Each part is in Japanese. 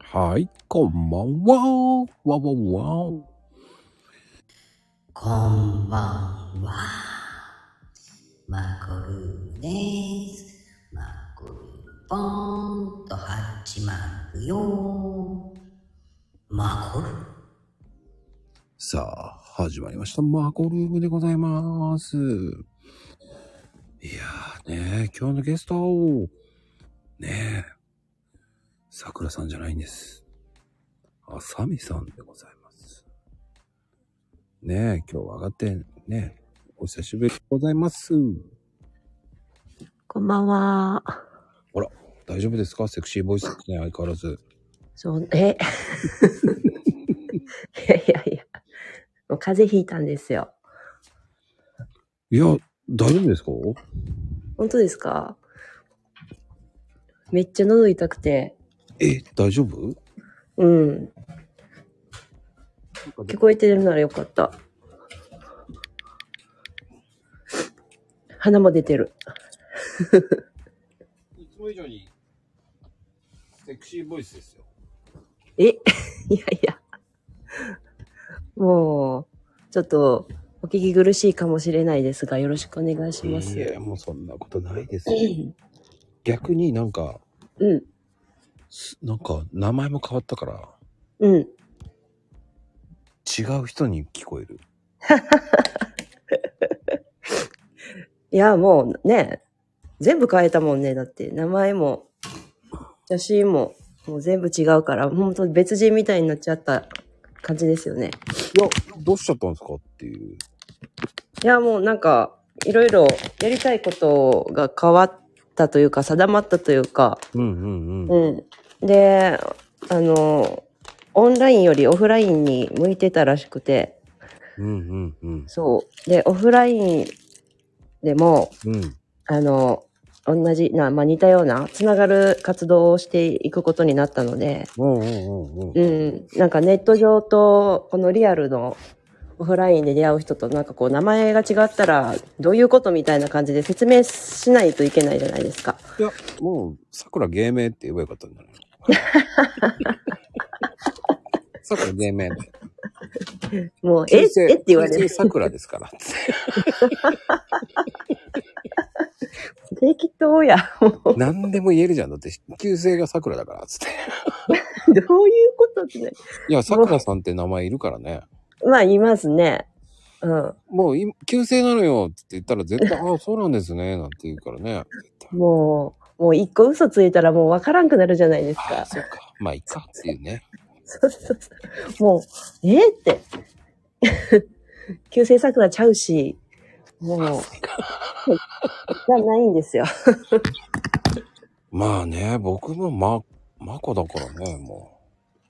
はい、こんばんは。わわわ。こんばんは。マコルームです。マコルーポーンと始まるよ。マコル。さあ、始まりました。マコルームでございます。いやーね、今日のゲスト、ねえ、桜さんじゃないんです。あさみさんでございます。ねえ、今日上がって、ねえ、お久しぶりでございます。こんばんは。大丈夫ですかセクシーボイスですね、相変わらず。 そう、えいやいやいや。もう風邪ひいたんですよ。いや、大丈夫ですか本当ですかめっちゃ喉痛くて。え、大丈夫うん。聞こえてるならよかった。鼻も出てる。いつも以上にセクシーボイスですよ。え いやいや。もう、ちょっと、お聞き苦しいかもしれないですが、よろしくお願いしまいす。や、もうそんなことないですよ。逆になんか、うん、すなんか名前も変わったから、うん。違う人に聞こえる。いや、もうね、全部変えたもんね。だって、名前も、写真も、もう全部違うから、本当別人みたいになっちゃった感じですよね。いや、どうしちゃったんですかっていう。いや、もうなんか、いろいろやりたいことが変わったというか、定まったというか、うんうんうん。うん。で、あの、オンラインよりオフラインに向いてたらしくて、うんうんうん。そう。で、オフラインでも、うん。あの、同じな、まあ、似たような、つながる活動をしていくことになったので、うんうんうんう。うんん、なんかネット上と、このリアルのオフラインで出会う人と、なんかこう、名前が違ったら、どういうことみたいな感じで説明しないといけないじゃないですか。いや、もう、桜芸名って言えばよかったんじゃないの 桜芸名。もう、え、旧姓えって言われ旧姓る。桜です から。適当や。 もう何でも言えるじゃん。だって、旧姓が桜だから、つって。どういうことってね。いや、桜さんって名前いるからね。まあ、いますね。うん。もう今、旧姓なのよって言ったら絶 対、ああ、そうなんですね、なんて言うからね。もう、もう一個嘘ついたらもうわからんくなるじゃないですあかあ、。そうか。まあ、いいかっていうね。そうそうそう。もう、えーって。 旧姓桜ちゃうし、もう、がないんですよ。まあね、僕もま、まこだからね、も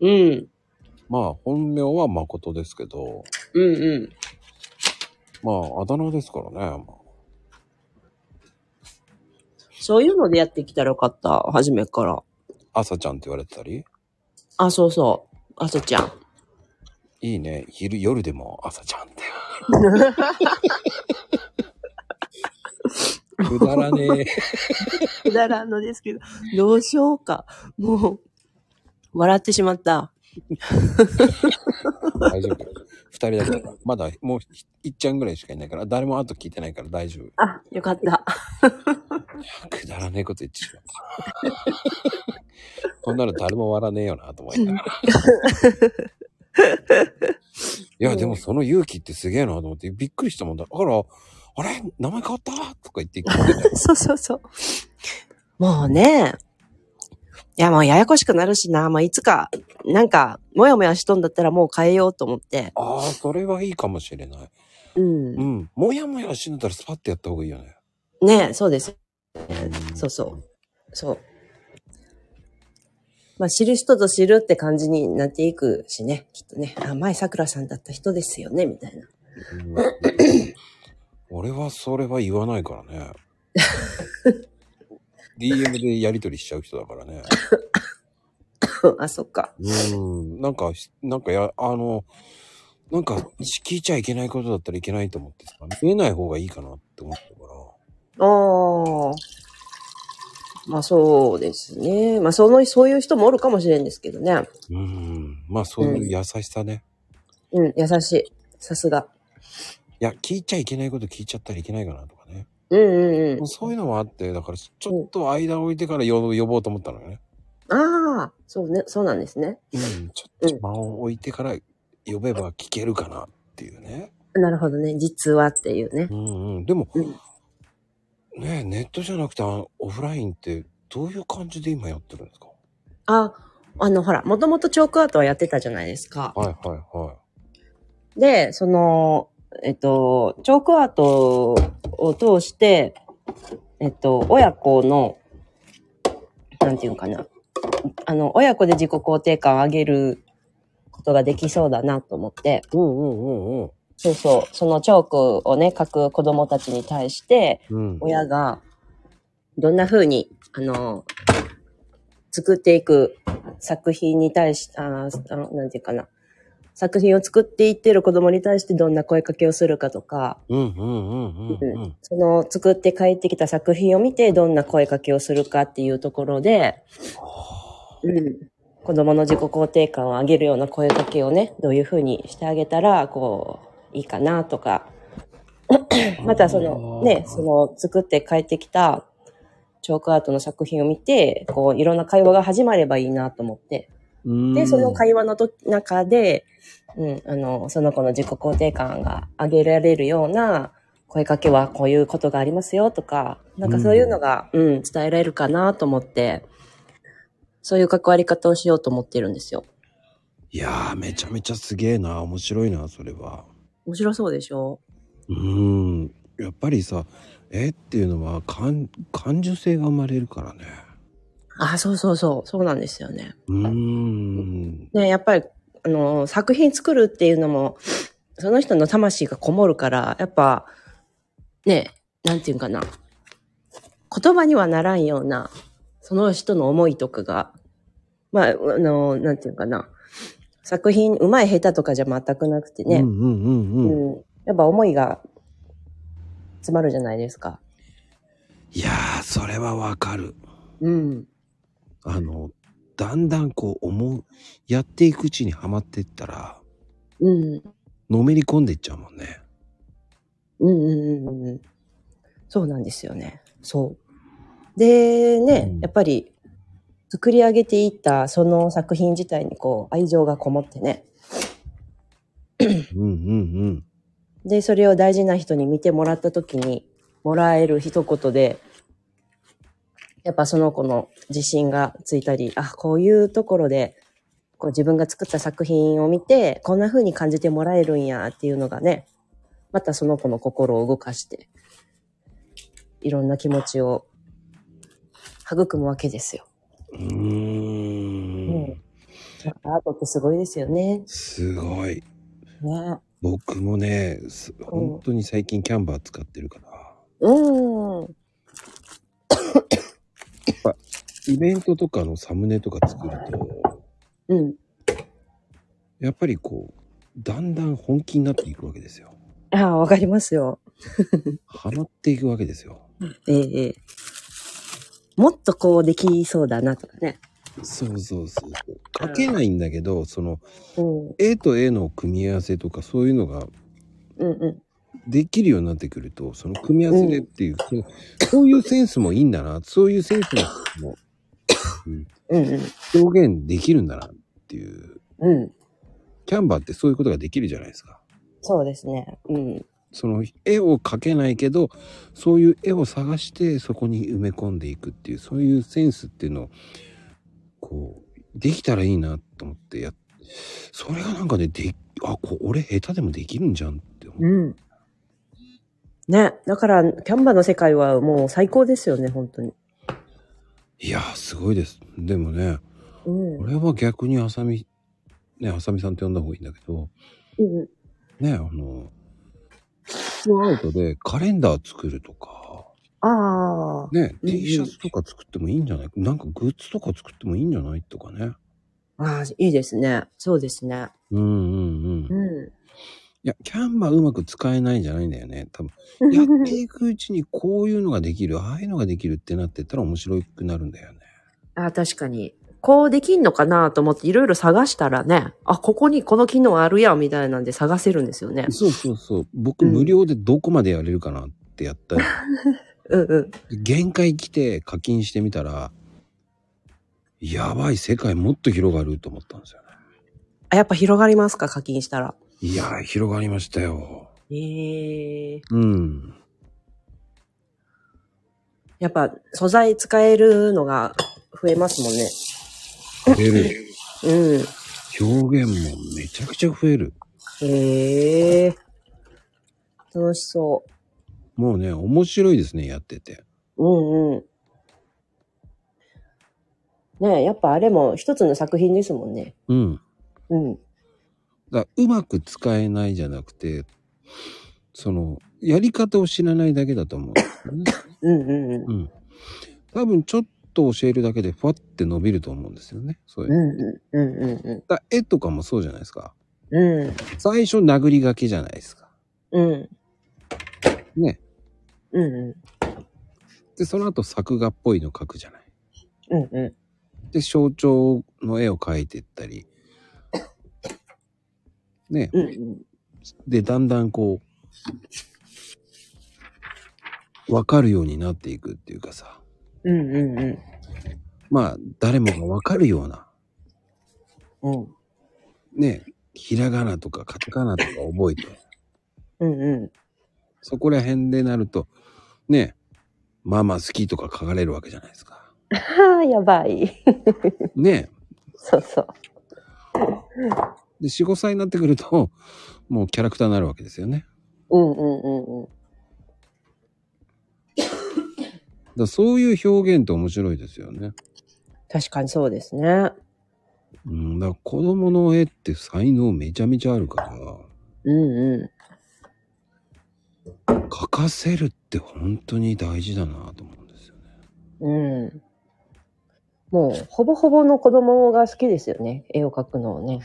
うん。う。まあ、本名は誠ですけど、うんうん。まあ、あだ名ですからね。まあそういうのでやってきたらよかった。初めから。朝ちゃんって言われてたり、あ、そうそう。あそちゃん。いいね、昼、夜でも朝ちゃん って。くだらねえ。くだらんのですけど、どうしようか。もう、笑ってしまった。大丈夫。二人だけだから。まだ、もう、ひいっちゃんぐらいしかいないから、誰も後聞いてないから大丈夫。あ、よかった。くだらねえこと言ってしまった。 こんなの誰も笑わねえよなと思いながら。いや、でもその勇気ってすげえなと思ってびっくりしたもんだ。だから、あれ名前変わったとか言って聞い てたよそうそうそう。もうね、いやもうややこしくなるしな、まあいつか、なんか、もやもやしとんだったらもう変えようと思って。ああ、それはいいかもしれない。うんう。ん。もやもやしんだったらスパッてやった方がいいよね。ねえ、そうです。そうそう。そう。まあ知る人ぞ知るって感じになっていくしね、きっとね。あ、前桜さんだった人ですよね、みたいな。うん。俺はそれは言わないからね。DM でやりとりしちゃう人だからね。 あ、そっか。うーん、なんかし、なんかや、あの、なんか、聞いちゃいけないことだったらいけないと思ってさ、見えない方がいいかなって思ったかおー。ら、まあそうですね。まあその、そういう人もおるかもしれんですけどね。うん。まあそういう優しさね。うん、優しい。さすが。いや、聞いちゃいけないこと聞いちゃったらいけないかなとかね。うんうんうん。そういうのもあって、だからちょっと間を置いてから呼ぶ呼ぼうと思ったのよね。ああ、そうね、そうなんですね。うん。ちょっと間を置いてから呼べば聞けるかなっていうね。なるほどね。実はっていうね。うんうん。でも、うねえネットじゃなくてあオフラインってどういう感じで今やってるんですかあ、あの、ほら、もともとチョークアートはやってたじゃないですか。はいはいはい。で、その、えっと、チョークアートを通して、えっと、親子の、なんていうんかな。あの、親子で自己肯定感を上げることができそうだなと思って、うんうんうんそうそう、そのチョークをね、書く子供たちに対して、うん。うん。親が、どんな風に、あの、作っていく作品に対し、あーあの、なんていうかな。作品を作っていってる子供に対してどんな声かけをするかとか、うんうんうんうんうん。その作って帰ってきた作品を見てどんな声かけをするかっていうところで、うん、子供の自己肯定感を上げるような声かけをね、どういうふうにしてあげたら、こう、いいかなと か、またそのね、その作って帰ってきたチョークアートの作品を見て、こう、いろんな会話が始まればいいなと思って、ので、その会話のと中で、うん、あの、その子の自己肯定感が上げられるような声かけはこういうことがありますよとか、なんかそういうのが、うん、伝えられるかなと思って、そういう関わり方をしようと思ってるんですよ。いやー、めちゃめちゃすげえな。面白いな、それは。面白そうでしょうーん。やっぱりさ、えっていうのは感、感受性が生まれるからね。あ、そうそうそう、そうなんですよね。うーん。ね、やっぱり、あの、作品作るっていうのも、その人の魂がこもるから、やっぱ、ね、なんていうんかな。言葉にはならんような、その人の思いとかが、まあ、あの、なんていうんかな。作品、うまい下手とかじゃ全くなくてうねん。うんうんううん。ん。やっぱ思いが詰まるじゃないですか。いやー、それはわかる。うん。あの、だんだんこう思う、やっていくうちにはまっていったら、うん。のめり込んでいっちゃうもんね。うんうんうんうん。そうなんですよね。そう。で、ね、うんやっぱり、作り上げていったその作品自体にこう、愛情がこもってね。うんうんで、それを大事な人に見てもらった時に、もらえる一言で、やっぱその子の自信がついたり、あ、こういうところで、こう自分が作った作品を見て、こんな風に感じてもらえるんやっていうのがね、またその子の心を動かして、いろんな気持ちを育むわけですよ。うん。うー。うんアートってすごいですよね。すごい。ね。僕もね、す本当に最近キャンバー使ってるから、うん。イベントとかのサムネとか作ると、うん。やっぱりこう、だんだん本気になっていくわけですよ。ああ、わかりますよ。ハマっていくわけですよ。ええええもっとこうできそうだなとかね。そうそうそう。書けないんだけど、その、うん。うん A と A の組み合わせとかそういうのがうん。できるようになってくるとその組み合わせでっていう、そのそういうセンスもいいんだなそういうセンスもうんうん。表現できるんだなっていううん。キャンバーってそういうことができるじゃないですか。そうですね。うん。その絵を描けないけどそういう絵を探してそこに埋め込んでいくっていうそういうセンスっていうのをこうできたらいいなと思ってやそれがなんかねであこ俺下手でもできるんじゃんって思ううん。ね。だから、キャンバの世界はもう最高ですよね、本当に。いやーすごいですでもねうん。俺は逆にあさみねあさみさんって呼んだ方がいいんだけどうん。ねあのスクアウトでカレンダー作るとかああ。ねうん T シャツとか作ってもいいんじゃないなんかグッズとか作ってもいいんじゃないとかねああ、いいですね。そうですね。うんうんうんうん。いや、キャンバーうまく使えないんじゃないんだよね。 多分、やっていくうちにこういうのができる、ああいうのができるってなってったら面白くなるんだよね。あ、確かに。こうできんのかなと思っていろいろ探したらね、あ、ここにこの機能あるやんみたいなんで探せるんですよね。そうそうそう。僕うん無料でどこまでやれるかなってやったり、 うんうん。限界来て課金してみたら、やばい、世界もっと広がると思ったんですよね。あ、やっぱ広がりますか課金したら。いやー、広がりましたよ。ええ うん。やっぱ素材使えるのが増えますもんね。増える。うん。表現もめちゃくちゃ増える。へえ。楽しそもうね、面白いですね、やってて。う。うんうん。ねえ、やっぱあれも一つの作品ですもんね。うん。うん。だからうまく使えないじゃなくてそのやり方を知らないだけだと思うんですよね、うんうんうん。うん、多分ちょっと教えるだけでふわって伸びると思うんですよねそういうう、んうんうんうんだから絵とかもそうじゃないですかうん。うん最初殴り書きじゃないですかうん。ねうんうでその後作画っぽいの描くじゃないん。うんうで象徴の絵を描いてったりねん。うんうん。でだんだんこう分かるようになっていくっていうかさうんうんうん。まあ誰もが分かるようなうんね、ひらがなとかカタカナとか覚えて、うんうそこら辺でなると、ね、ママ好きとか書かれるわけじゃないですか。ん。ああ、やばい。ね、そうそう。で、4、5歳になってくると、もうキャラクターになるわけですよね。うんうんうんうん。だからそういう表現って面白いですよね。確かにそうですね。うん、だから子供の絵って才能めちゃめちゃあるから、うんう書かせるって本当に大事だなと思うんですよね。ん。うん。もう、ほぼほぼの子供が好きですよね。絵を描くのをね。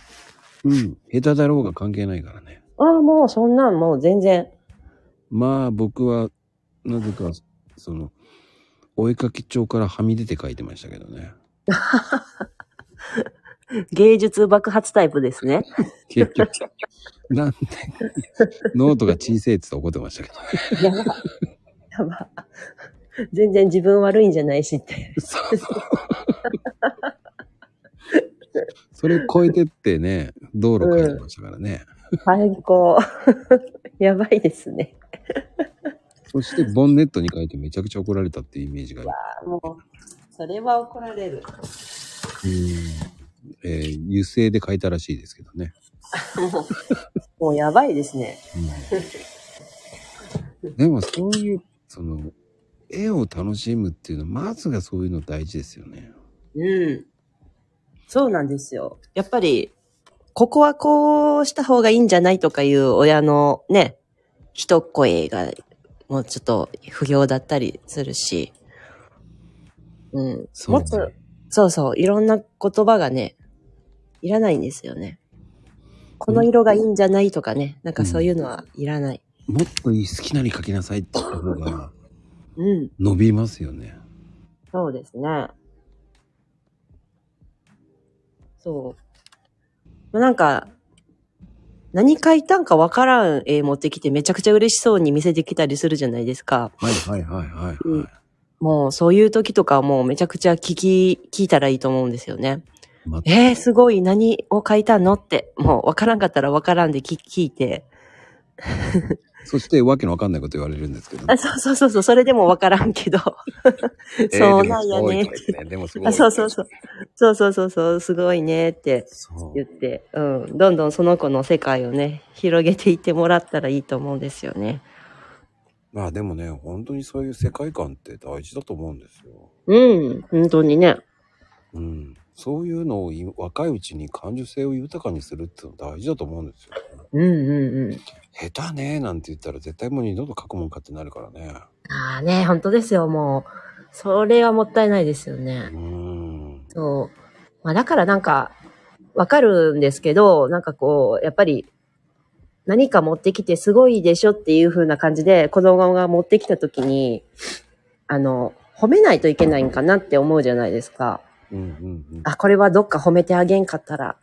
うん、下手だろうが関係ないからね。ああ、もうそんなんもう全然。まあ僕はなぜかそのお絵かき帳からはみ出て書いてましたけどね芸術爆発タイプですね。結 局なんでノートが小さいって言って怒ってましたけどねやば。やば。全然自分悪いんじゃないしって。そうそれ超えてってね道路書いてましたからね、最高。 やばいですね。そしてボンネットに書いてめちゃくちゃ怒られたっていうイメージがあるもう、それは怒られる。うん、えー油性で書いたらしいですけどね、もうやばいですね。うん、でもそういうその絵を楽しむっていうのまずがそういうの大事ですよねうん。そうなんですよ。やっぱり、ここはこうした方がいいんじゃないとかいう親のね、一声が、もうちょっと不評だったりするし。うん。そうもっと、そうそう、いろんな言葉がね、いらないんですよね。この色がいいんじゃないとかね、なんかそういうのはいらない。もっといい好きなに書きなさいって言った方がうん、伸びますよね。そうですね。そう。まあ、なんか、何書いたんかわからん絵持ってきてめちゃくちゃ嬉しそうに見せてきたりするじゃないですか。はいはいはいはい、はいうんもうそういう時とかはもうめちゃくちゃ聞き、聞いたらいいと思うんですよね。またえー、すごい何を書いたのって、もうわからんかったらわからんで聞聞いて。そしてわけのわかんないこと言われるんですけど、あ、そうそうそうそう、それでもわからん けど。そうなんやねえーでもすごいとか言ってね。でもすごい。あそうそうそう。そうそうそうそう、すごいねって。そう言って、うん、どんどんその子の世界をね、広げていってもらったらいいと思うんですよね。まあでもね、本当にそういう世界観って大事だと思うんですよ。うん、本当にね。うん。そういうのをい若いうちに感受性を豊かにするっての大事だと思うんですよ。うんうんう下手ねーなんて言ったら絶対もう二度と書くもんかってなるからね。ん。ああね、本当ですよ、もう。それはもったいないですようね。ーん。そう。まあだからなんか、わかるんですけど、なんかこう、やっぱり、何か持ってきてすごいでしょっていう風な感じで子供が持ってきた時に、あの、褒めないといけないんかなって思うじゃないですか。うんうんうん。あ、これはどっか褒めてあげんかったら、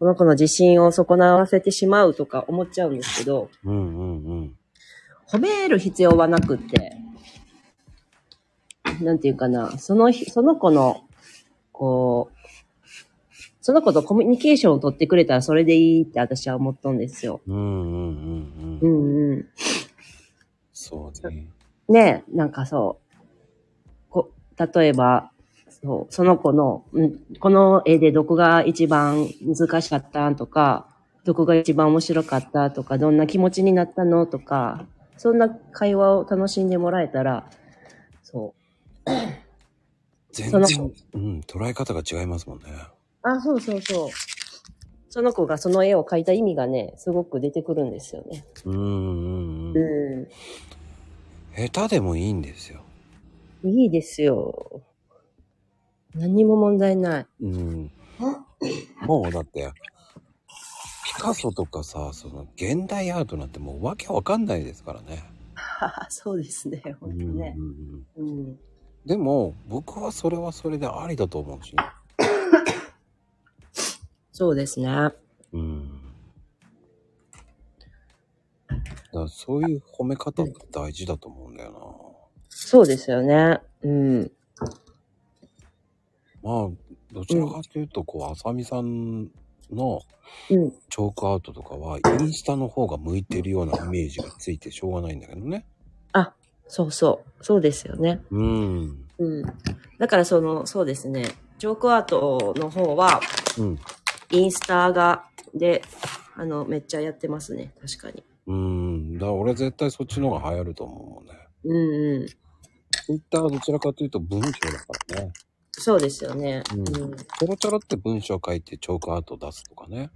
この子の自信を損なわせてしまうとか思っちゃうんですけど、うんうんうん。褒める必要はなくって、なんていうかな、その日、その子の、こう、その子とコミュニケーションを取ってくれたらそれでいいって私は思ったんですよ。うんうんうんううん。んうん。そうね。ねえ、なんかそう、こ例えば、そうその子の、うん、この絵でどこが一番難しかったとか、どこが一番面白かったとか、どんな気持ちになったのとか、そんな会話を楽しんでもらえたら、そ全その然、うん、捉え方が違いますもんね。う。あ、そうそうそう。その子がその絵を描いた意味がね、すごく出てくるんですよね。うんうんうん。う下手でもいいんですよ。ん。いいですよ。何にも問題ない。うん。もうだって、ピカソとかさ、その現代アートなんてもうわけわかんないですからね。 そうですね、う本ん当うんうね。ん。うんでも、僕はそれはそれでありだと思うし。そうですね。うん。だからそういう褒め方って大事だと思うんだよそうですよね。うん。な。まあ、どちらかというと、こう、あさみさんのうん。チョークアートとかは、インスタの方が向いてるようなイメージがついてしょうがないんだけどね。そうそう。そうですよね。うん。うん。だからその、そうですね。ジョークアートの方は、うん。インスタが、で、あの、めっちゃやってますね。確かに。うん。だから俺絶対そっちの方が流行ると思うもんね。うんうん。ツイッターはどちらかというと文章だからね。そうですよね。うんちょろちょろって文章書いてチョークアート出すとかね。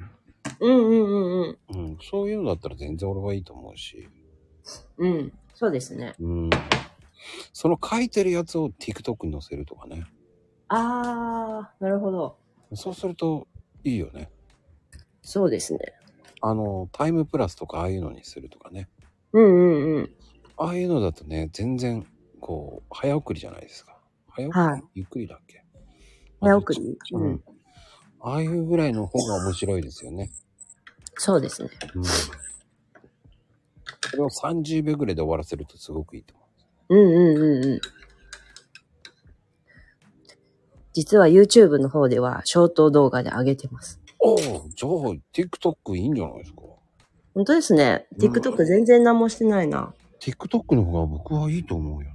うん、うん、うんうんうん。そういうのだったら全然俺はいいと思うし。うん。うん。そうですね。うん。その書いてるやつを TikTok に載せるとかね。あー、なるほど。そうするといいよね。そうですね。あの、タイムプラスとかああいうのにするとかね。うんうんうん。ああいうのだとね、全然、こう、早送りじゃないですか。早送り、はいゆっくりだっけ早送りううんん。ああいうぐらいの方が面白いですよね。そうですね。うん。それを30秒ぐらいで終わらせるとすごくいいと思うんうんうんうん。実は YouTube の方では、ショート動画で上げてます。う。おおじゃあ、TikTok いいんじゃないですか。本当ですね。TikTok 全然何もしてないな。 TikTok の方が僕はいいと思うよね。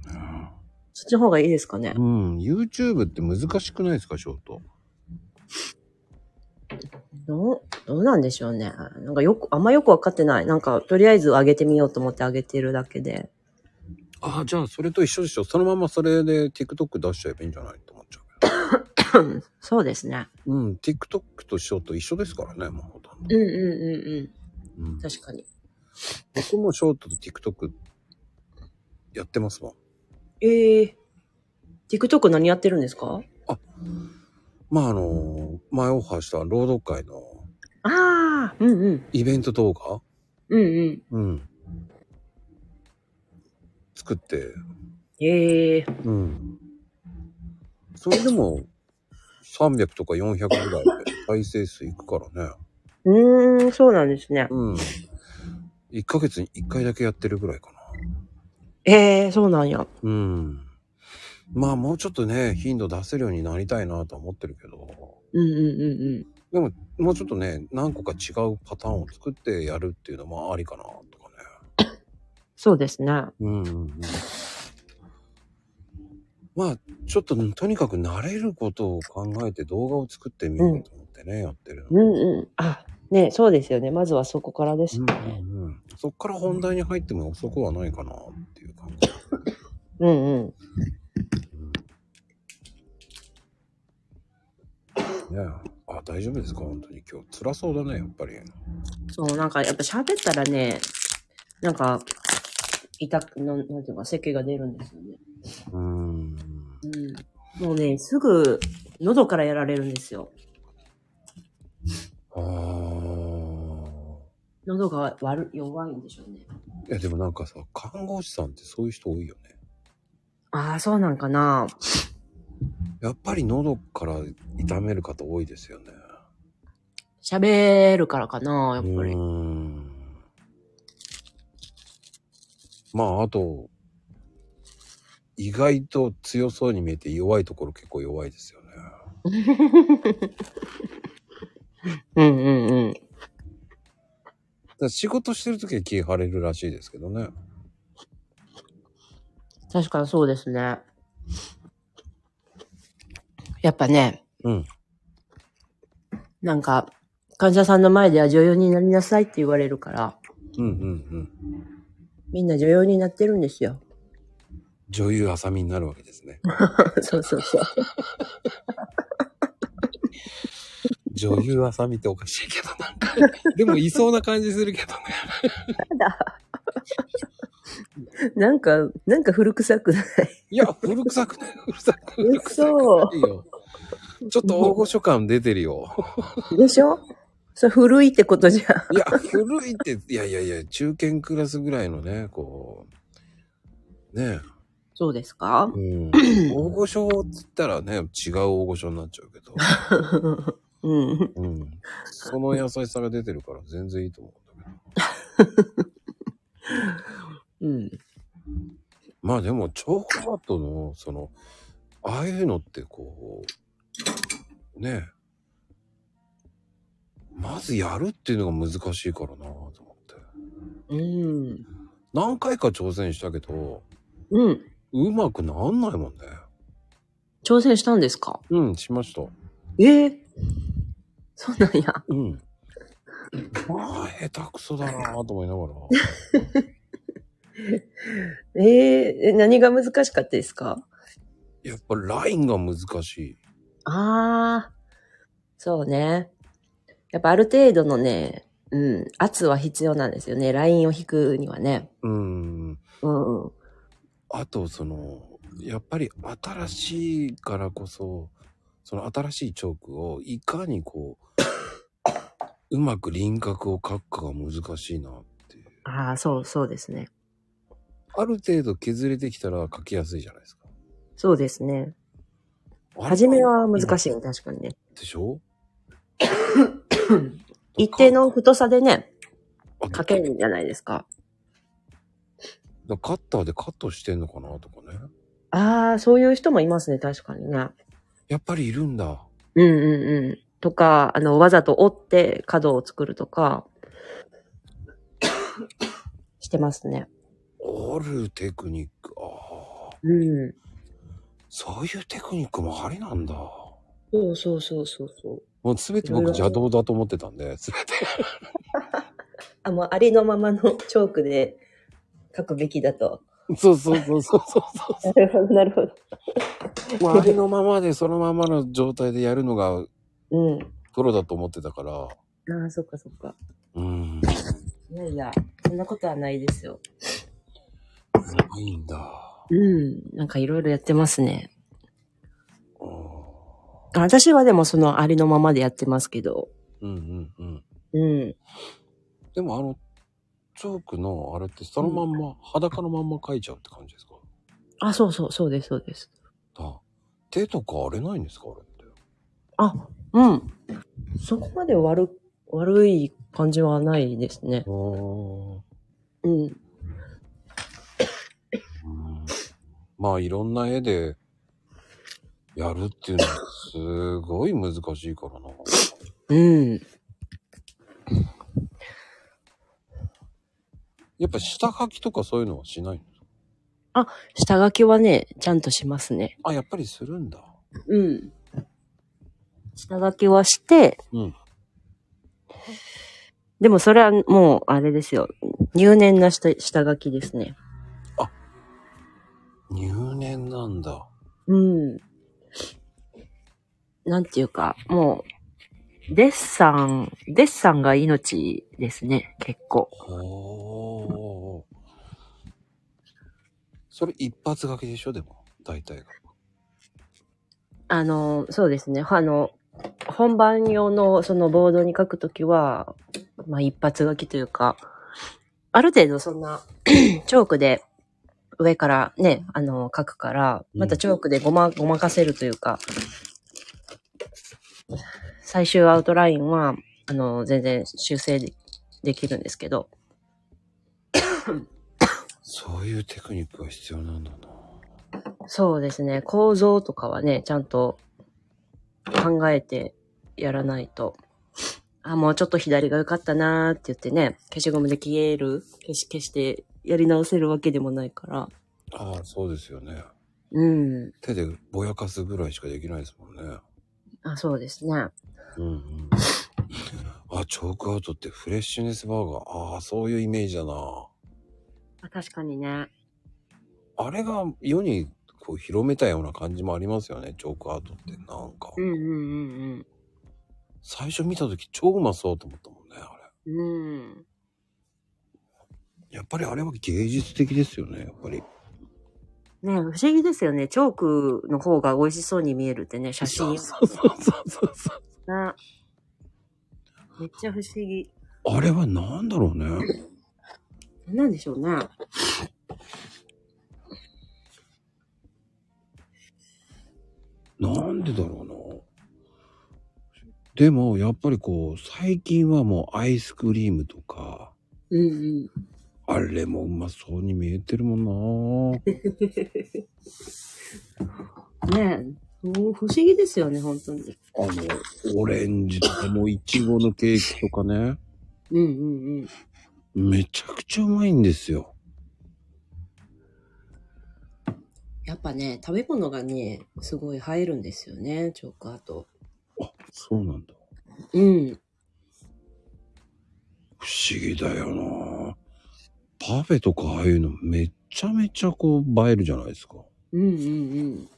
そっちの方がいいですかねう。ん。YouTube って難しくないですか、ショート。どう、どうなんでしょうね。なんかよく、あんまよくわかってない。なんか、とりあえず上げてみようと思って上げてるだけ で。ああ、じゃあそれと一緒でしょ。そのままそれで TikTok 出しちゃえばいいんじゃないと思っちゃうけど。そうですね。うん。TikTok とショート一緒ですからね、もうほとんど。うんうんうんうん。うん確かに。僕もショートと TikTok やってますわ。ええー。TikTok 何やってるんですかまああの、前オファーした朗読会のああ、うんうん。イベント動画うんうん。うん。作って、ええー。うん。それでも300とか400ぐらいで再生数いくからね。うーん、そうなんですね。うん。1ヶ月に1回だけやってるぐらいかな。ええー、そうなんや。うん。まあもうちょっとね、頻度出せるようになりたいなとは思ってるけど。うんうんうんうん。でも、もうちょっとね、何個か違うパターンを作ってやるっていうのもありかな、とかね。そうですね。うんうんうん。まあ、ちょっと、とにかく慣れることを考えて動画を作ってみようと思ってね、やってるうの。んうん。あ、ね、そうですよね。まずはそこからですね。うんうん、そっから本題に入っても遅くはないかなっていう感じ。うんうん。ねえあ、大丈夫ですか本当に今日。辛そうだね、やっぱり。そう、なんかやっぱ喋ったらね、なんか、痛く、なんなんていうか、咳が出るんですよね。うーん。うん。もうね、すぐ、喉からやられるんですよ。ああ。喉が悪い弱いんでしょうね。いや、でもなんかさ、看護師さんってそういう人多いよね。ああ、そうなんかな。やっぱり喉から痛める方多いですよね。喋るからかな、やうっぱり。ーん。まあ、あと、意外と強そうに見えて弱いところ結構弱いですよね。うんうんうん。だから仕事してる時は気晴れるらしいですけどね。確かにそうですね。やっぱね、うん。なんか、患者さんの前では女優になりなさいって言われるから、うんうんうん。みんな女優になってるんです よ。女優浅見になるわけですね。そうそうそう。女優浅見っておかしいけど、なん か。でもいそうな感じするけどね。なんか、なんか古臭くない。いや、古臭くない、古臭く ない。古臭くないよ。ちょっと大御所感出てるよ。でしょそれ古いってことじゃん。いや、古いって、いやいやいや、中堅クラスぐらいのね、こう。ねそうです かえ。うん。大御所って言ったらね、違う大御所になっちゃうけど。うん。うん。その優しさが出てるから全然いいと思うんだけど。うん。まあでも、超ファットの、その、ああいうのってこう、ねえ。まずやるっていうのが難しいからなと思って。うん。何回か挑戦したけど、うん。うまくなんないもんね。挑戦したんですかうん、しました。ええそうなんや。うん。 まあ、下手くそだなぁと思いな がら。えええ何が難しかったですかやっぱラインが難しい。ああ、そうね。やっぱある程度のね、うん、圧は必要なんですよね。ラインを引くにはね。うん。うんうん。あと、その、やっぱり新しいからこそ、その新しいチョークをいかにこ う、うまく輪郭を描くかが難しいなっていう。ああ、そう、そうですね。ある程度削れてきたら描きやすいじゃないですか。そうですね。初めは難しい、い。確かにね。でしょ 一定の太さでね、あ書けるんじゃないですか。だからカッターでカットしてんのかなとかね。ああ、そういう人もいますね、確かにね。やっぱりいるんだ。うんうんうん。とか、あの、わざと折って角を作るとか、してますね。あるテクニック。ああ。うん。そういうテクニックもありなんだ。そうそうそうそうそう。もう全て僕邪道だと思ってたんで、全て。あ、もうありのままのチョークで書くべきだと。 そうそうそうそう そうなるほど、 なるほど。そう。まあ、ありのままでそのままの状態でやるのがうん。プロだと思ってたから。ああ、そっかそっか。うん。いやいや、そんなことはないですよ。ないんだ。うん。なんかいろいろやってますね。うん私はでもそのありのままでやってますけど。うんうんうん。うん。でもあの、チョークのあれってそのまんま、裸のまんま描いちゃうって感じですかあ、そうそう、そうです、そうです。だ手とか荒れないんですかあれって。あ、うん。そこまで悪、悪い感じはないですね。うん。うんまあいろんな絵でやるっていうのはすごい難しいからな。うん。やっぱ下書きとかそういうのはしないの下書きはね、ちゃんとしますね。あ、やっぱりするんだ。うん。下書きはして、うん。でもそれはもう、あれですよ。入念な下下書きですね。入念なんだ。うん。なんていうか、もう、デッサン、デッサンが命ですね、結構。おー。それ一発書きでしょでも、大体が。あの、そうですね。あの、本番用のそのボードに書くときは、まあ一発書きというか、ある程度そんな、 チョークで上からね、あの、書くから、またチョークでごま、ごまかせるというか、最終アウトラインは、あの、全然修正でできるんですけど、そういうテクニックが必要なんだな。そうですね、構造とかはね、ちゃんと考えてやらないと、あ、もうちょっと左が良かったなーって言ってね、消しゴムで消える、消し消してやり直せるわけでもないから、ああ、そうですよね。うん、手でぼやかすぐらいしかできないですもんね。あそうですね。うんうん。あ、チョークアウトってフレッシュネスバーガー。ああ、そういうイメージだな。あ確かにね。あれが世にこう広めたような感じもありますよね、チョークアートって。なんか、うんうんうん最初見た時超うまそうと思ったもんね、あうん。うん。れ。やっぱりあれは芸術的ですよね、やっぱり。ねえ不思議ですよね。チョークの方が美味しそうに見えるってね、写真。ねそうそうそうそうそう。めっちゃ不思議。あれはなんだろうね。なんでしょうね。なんでだろうな。でも、やっぱりこう、最近はもうアイスクリームとか、うんあれもうまそうに見えてるもんな。うん。ねえそう不思議ですよね、本当に。あの、オレンジとかもういちごのケーキとかね。うんうんうん。めちゃくちゃうまいんですよ。やっぱね、食べ物がね、すごい入るんですよね、チョークアート。あ、そうなんだ。うん。不思議だよなパフェとかああいうのめちゃめちゃこう映えるじゃないですか。うんうん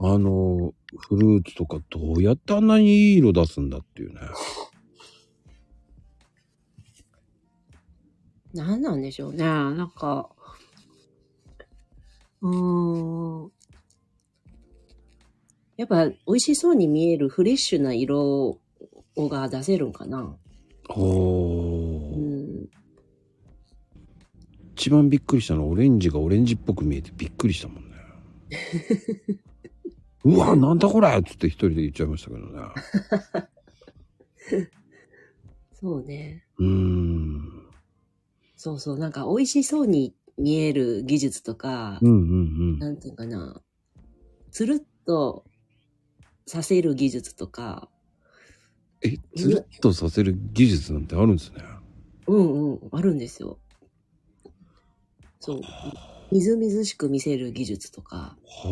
あの、フルーツとかどうやってあんなにいい色出すんだっていうね。うん。なんなんでしょうね、なんか。うーん。やっぱ美味しそうに見えるフレッシュな色をが出せるんかな。うおー。ん。一番びっくりしたのはオレンジがオレンジっぽく見えてびっくりしたもんね。うわ、なんだこれっつって一人で言っちゃいましたけどね。そうね。うーん。そうそう。なんか美味しそうに見える技術とか、うんうんうん。なんていうかな。つるっとさせる技術とか。え、つるっとさせる技術なんてあるんですね。うんうん。あるんですよ。そう。みずみずしく見せる技術とか、は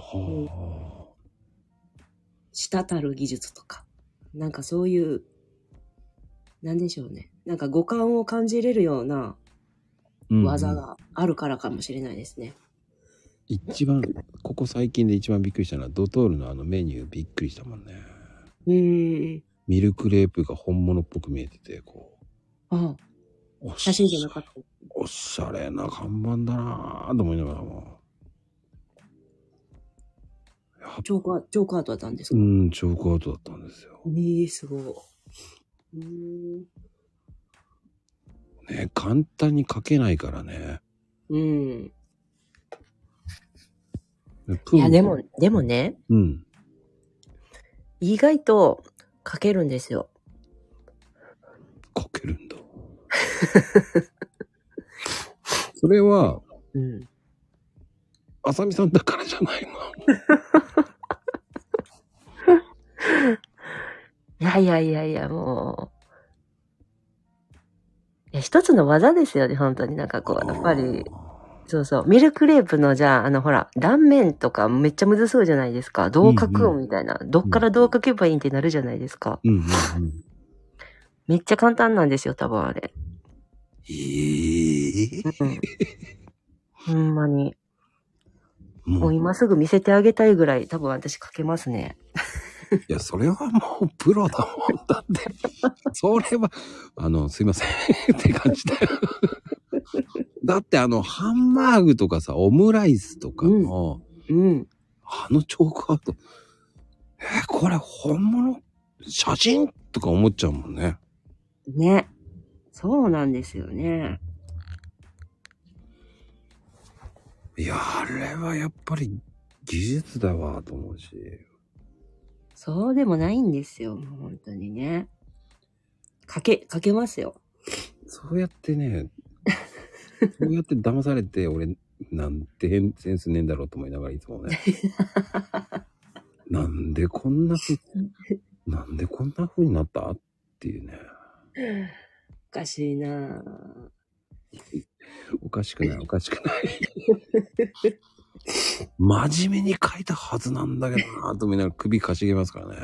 あは滴る技術とか。なんかそういう、なんでしょうね。なんか五感を感じれるようなあ、うんうん技があるからかもしれないですね。一番ここ最近で一番びっくりしたのはドトールのあのメニューびっくりしたもんねうん。ミルクレープが本物っぽく見えててこあ、うおし写真じゃなかった。おしゃれな看板だなぁと思いながらもやっチョークアチョークアートだったんですうか、んチョークアウトだったんですよええすごい。うーんね簡単に書けないからねうん。プいーや、でも、でもね、うん意外と書けるんですよ。書けるん だそれはうん。あさみさんだからじゃないのいやいやいやいや、もう。いや、一つの技ですよね、本当に。なんかこう、やっぱり、そうそう。ミルクレープの、じゃあ、あの、ほら、断面とかめっちゃむずそうじゃないですか。どう書くうんうんみたいな。どっからどう書けばいいんってなるじゃないですか。うんうんうんめっちゃ簡単なんですよ、多分あれ。ええうん。ほんまに。ももううい今すぐ見せてあげたいぐらい、多分私書けますね。や、それはもうプロだもんだって。 それは、あの、すいません って感じだよ。だってあの、ハンバーグとかさ、オムライスとかの、うん。あのチョークアート、えーこれ本物写真とか思っちゃうもんね。ね。そうなんですよね。いや、あれはやっぱり技術だわ、と思うし。そうでもないんですよ、もう本当にね。かけ、かけますよ。そうやってね、そうやって騙されて、俺、なんて変センスねえんだろうと思いながらいつもね。なんでこんなふ、なんでこんな風になったっていうね。おかしいなぁ。おかしくない、おかしくない。真面目に書いたはずなんだけどなぁと思いながら首かしげますからね。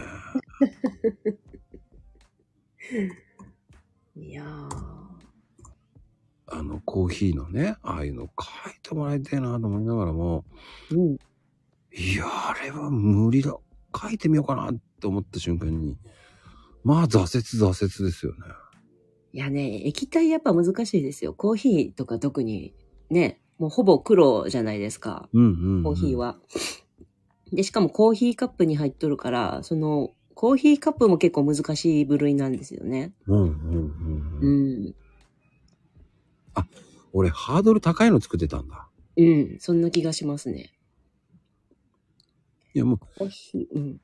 いやーあの、コーヒーのね、ああいうの書いてもらいたいなぁと思いながらも、うん。いや、あれは無理だ。書いてみようかなって思った瞬間に、まあ挫折挫折ですよね。いやね、液体やっぱ難しいですよ。コーヒーとか特にね、もうほぼ黒じゃないですか。うんうん、うん。コーヒー。は。で、しかもコーヒーカップに入っとるから、その、コーヒーカップも結構難しい部類なんですよね。うんうんうん、うんう。ん。俺、ハードル高いの作ってたんだ。うん。そんな気がしますね。いや、もう、コーヒー、うん。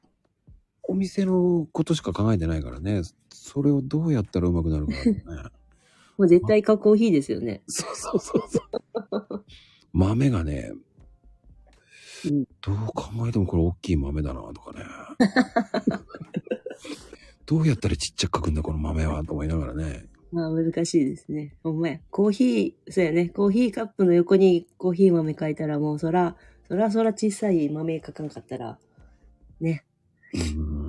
お店のことしか考えてないからね。それをどうやったらうまくなるかだよね。もう絶対かコーヒーですよね。 そうそうそうそう。豆がね、うんどう考えてもこれ大きい豆だなとか ね。どうやったらちっちゃく書くんだこの豆はと思いながらね。まあ難しいですね。ほんまや。コーヒー、そうやね。コーヒーカップの横にコーヒー豆書いたらもうそら、そらそら小さい豆書かんかったら、ね。うーん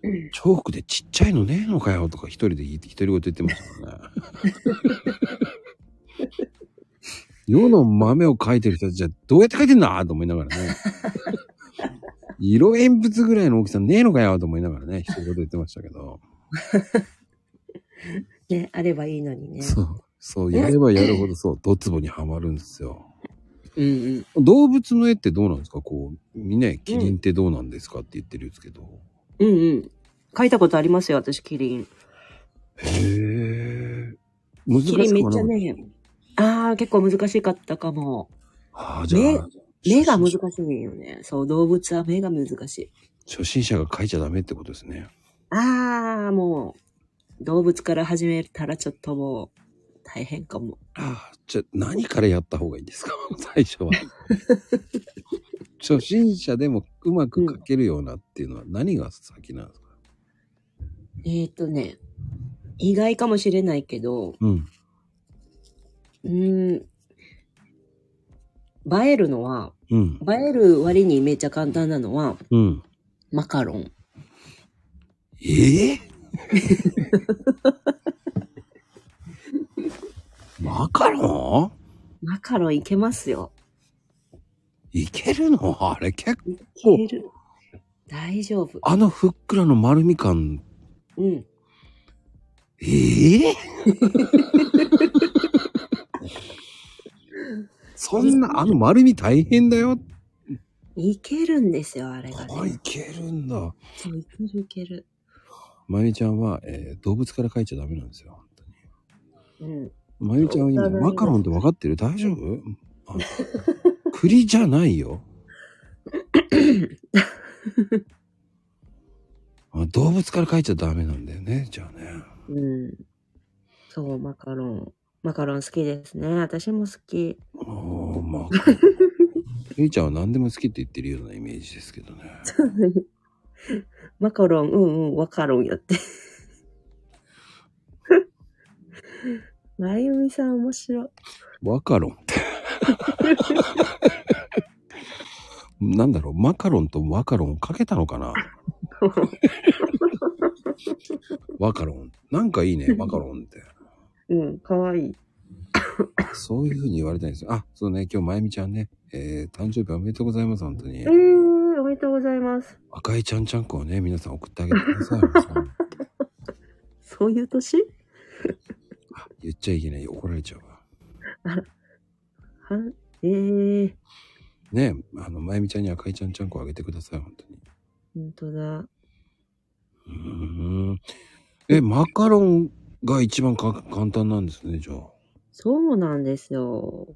チョークでちっちゃいのねえのかよとか一人で言い一人ごと言ってましたからね。世の豆を描いてる人たちはどうやって描いてんだと思いながらね。色鉛筆ぐらいの大きさねえのかよと思いながらね、一人ごと言ってましたけど。ね、あればいいのにね。そう、そう、やればやるほどそう、ドツボにはまるんですよ。うんうん。動物の絵ってどうなんですかこう、ね、キリンってどうなんですかって言ってるんですけど。うんうん。書いたことありますよ、私、キリン。へえ。難しキくはなかっリたンめっちゃね、ああ、結構難しかったかも。ああ、じゃあ、目が難しいよね。そう、動物は目が難しい。初心者が書いちゃダメってことですね。ああ、もう、動物から始めたらちょっともう、大変かも。ああ、じゃあ何からやった方がいいんですか 最初は。初心者でもうまく書けるようなっていうのは何が先なんですかえっ、ー、とね、意外かもしれないけど、うん。うーん、映えるのは、うん。映える割にめっちゃ簡単なのは、うん。マカロン。え えマカロマカロンいけますよ。ンいけるのあれ結構、いける。大丈夫。あのふっくらの丸み感、うん。ええ そんな、あの丸み大変だよ。いけるんですよ、あれがあ、いね。けるんだ。そう、いけるいける。まゆみちゃんは、えー動物から描いちゃダメなんですよ。本当にうん。まゆみちゃんは今、お互いマカロンって分かってる大丈夫あの栗じゃない よ。あ動物から描いちゃダメなんだよね、じゃあね。うん。そう、マカロン。マカロン好きですね。私も好き。おー、ま あ。ゆいちゃんは何でも好きって言ってるようなイメージですけどね。マカロン、うんうん、ワカロンやって。 まゆみさん面白い。ワカロンって。なんだろう、マカロンとワカロンをかけたのかなワカロン。なんかいいね、ワカロンって。うん、かわいい。そういうふうに言われたいんですよ。あ、そうね、今日まゆみちゃんね、えー、誕生日おめでとうございます、本当にえ。ー、おめでとうございます。赤いちゃんちゃんこをね、皆さん送ってあげてください。そういう年あ言っちゃいけない、怒られちゃうわ。はえー、ねえ、あの、まゆみちゃんに赤いちゃんちゃんこあげてください、本当に。ほんとだ。うーん。え、マカロンが一番か簡単なんですね、じゃあ。そうなんですよ。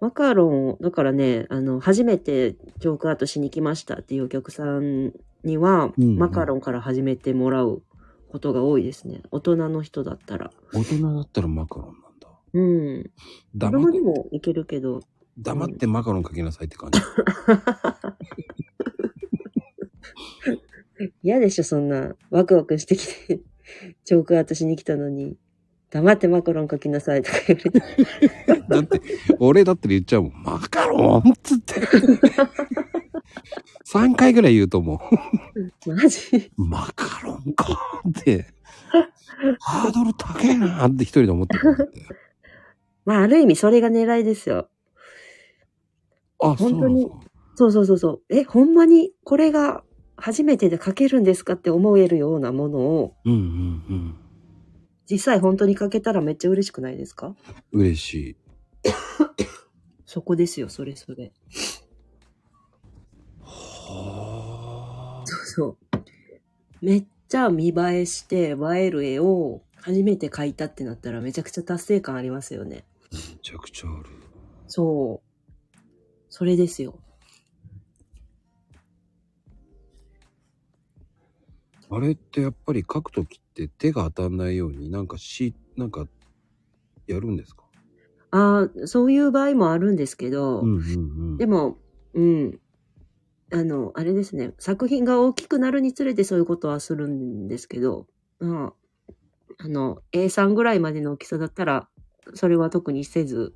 マカロンを、だからね、あの、初めてジョークアートしに来ましたっていうお客さんには、うんうんマカロンから始めてもらうことが多いですね。大人の人だったら。大人だったらマカロンなんだ。うん。子黙供っにもいけるけど、黙ってマカロンかけなさいって感じ。 嫌でしょ、そんな。ワクワクしてきて、 ジョークアートしに来たのに、黙ってマカロン書きなさいとか言われて。だって、俺だって言っちゃうもん。マカロンっつって。3回ぐらい言うともマジう、マカロンかって、ハードル高えなって一人で思ってるんだって。まあ、ある意味それが狙いですよ。あ、そうな本当んでにすか。そうそうそうそう。え、ほんまにこれが初めてで書けるんですかって思えるようなものを、うんうん実際本当に書けたらめっちゃ嬉しくないですかうん。嬉しい。そこですよ、それそれ。はあ。そう。めっちゃ見栄えして、映える絵を初めて描いたってなったらめちゃくちゃ達成感ありますよね。めちゃくちゃある。そう。それですよ。あれってやっぱり書くときって手が当たんないようになんかし、なんかやるんですかああ、そういう場合もあるんですけど、うんうんうん。でも、うん。あの、あれですね。作品が大きくなるにつれてそういうことはするんですけど、まあ、あの、A3 ぐらいまでの大きさだったら、それは特にせず、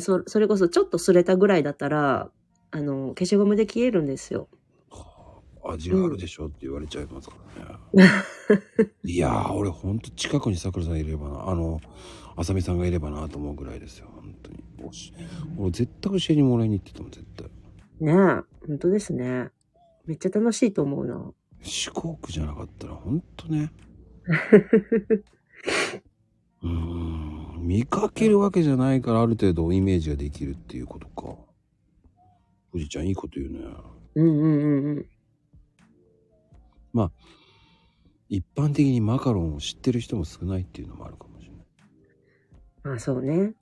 そそれこそちょっと擦れたぐらいだったら、あの、消しゴムで消えるんですよ。味があるでしょって言われちゃいますからね。 いやー、俺ほんと近くにさくらさんいればな、あの、あさみさんがいればなと思うぐらいですよ、本当に。おし俺絶対教えにもらいに行ってたもん、絶対。ねえ、本当ですね。めっちゃ楽しいと思うな。四国じゃなかったらほんとね。 うーん、見かけるわけじゃないからある程度イメージができるっていうことか。富士ちゃんいいこと言うね。うんうんうんうん。一般的にマカロンを知ってる人も少ないっていうのもあるかもしれない。まあそうね。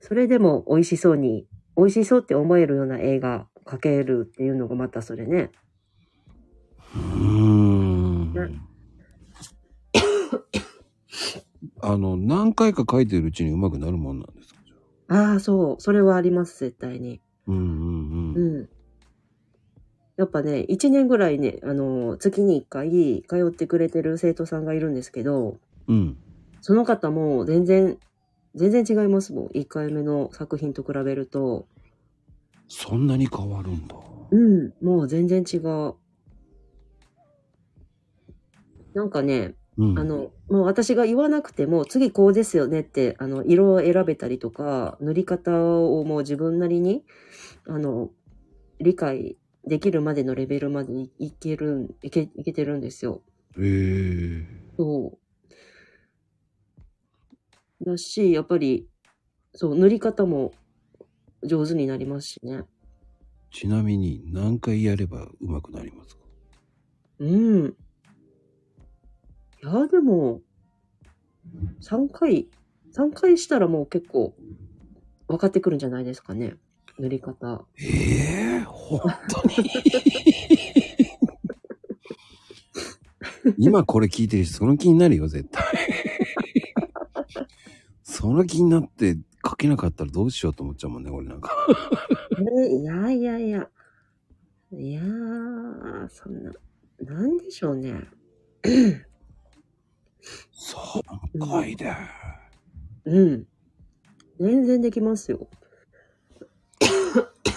それでも美味しそうに、美味しそうって思えるような映画描けるっていうのがまたそれね。うーん ねあの、何回か書いてるうちに上手くなるもんなんですかじゃあああ、そう。それはあります、絶対に。うんうんう。うんん。やっぱね、1年ぐらいね、あの、月に1回通ってくれてる生徒さんがいるんですけど、うん。その方も全然、全然違いますもん。1回目の作品と比べると。そんなに変わるんだ。うん、もう全然違う。なんかね、うん。あの、もう私が言わなくても、次こうですよねって、あの、色を選べたりとか、塗り方をもう自分なりに、あの、理解できるまでのレベルまでいいけるん、いけ、いけてるんですよ。ええー。そう。だし、やっぱり、そう、塗り方も上手になりますしね。ちなみに何回やれば上手くなりますかうん。いや、でも、3回、3回したらもう結構分かってくるんじゃないですかね。塗り方。ええー、本当に今これ聞いてる人その気になるよ絶対その気になって書けなかったらどうしようと思っちゃうもんね俺なんかえいやいやいや。いやー、そんな、なんでしょうね。 3回でうん。全然できますよ。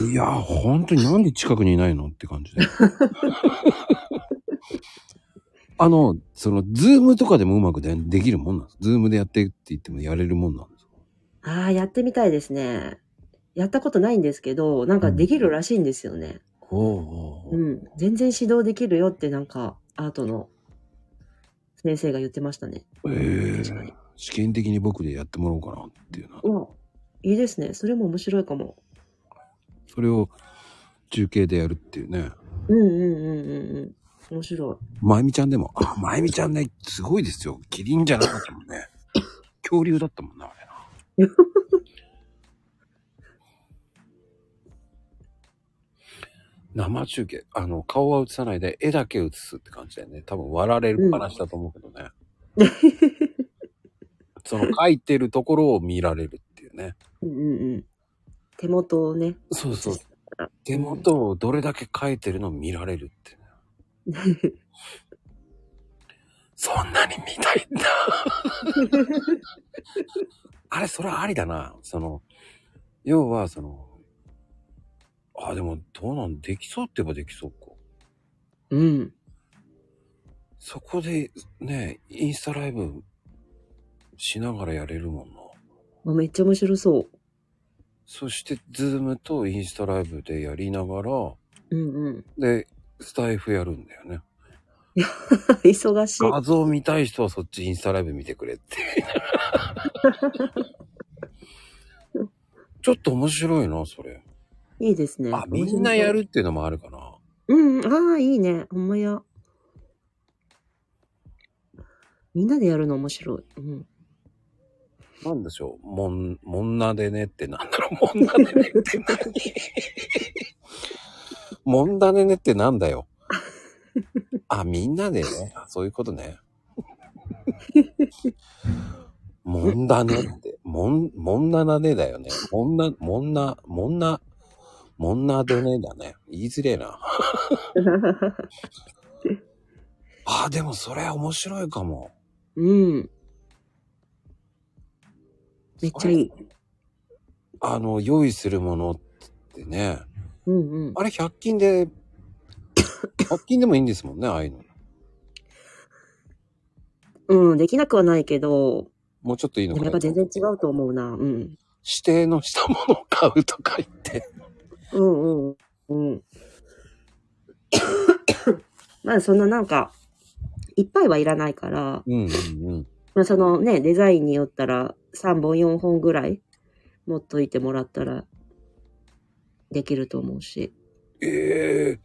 いや本当になんで近くにいないのって感じで あのそのズームとかでもうまくでできるもんなんですズームでやってって言ってもやれるもんなんですかあー、やってみたいですね。やったことないんですけど、なんかできるらしいんですよね。ほうほうう。ほうん全然指導できるよってなんか、アートの先生が言ってましたね。ええ確かに試験的に僕でやってもらおうかなっていうな。うん。いいですね。それも面白いかも。それを中継でやるっていうね。うんうんうんうんうん。面白まゆみちゃんでも、あ、まゆみちゃんね、すごいですよ。キリンじゃなかったもん ね。恐竜だったもんな、あれな。 生中継、あの、顔は映さないで、絵だけ映すって感じだよね。多分割られるっぱなしだと思うけどね。その描いてるところを見られるっていうね。い。うんうんうん。手元をね。そうそう。手元をどれだけ描いてるのを見られるって、ね。 そんなに見たいんだ。 あれ、それありだな。その、要は、その、あ、でも、どうなん、できそうって言えばできそうか。うん。そこで、ね、インスタライブしながらやれるもんな。あめっちゃ面白そそして、ズームとインスタライブでやりながら、う。うんうん。 で、スタイフやるんだよね。忙しい。画像見たい人はそっちインスタライブ見てくれって。ちょっと面白いな、それ。いいですね。あ、みんなやる。るっていうのもあるかな。うん、ああ、いいね。ほんまや。みんなでやるの面白い。うん。なんでしょう。もん、もんなでねってなんだろう。 もんなでねって何もんだねねってなんだよ。あ、みんなでね。あそういうことね。もんだねって。もん、もんななねだよね。もんな、もんな、もんな、もんなでねだね。言いづれえな。あ、でもそれ面白いかも。うん。めっちゃいい。あの、用意するものってね。うんうん。あれ、100均で、100均でもいいんですもんね、ああいうの。うん、できなくはないけど、もうちょっといいでのもかやなっぱ全然違うと思うな。うん。指定のしたものを買うとか言って。うんうん。うん。 まあそんななんか、いっぱいはいらないから、うんうんうん。まあそのね、デザインによったら3本4本ぐらい持っといてもらったらできると思うし。ええ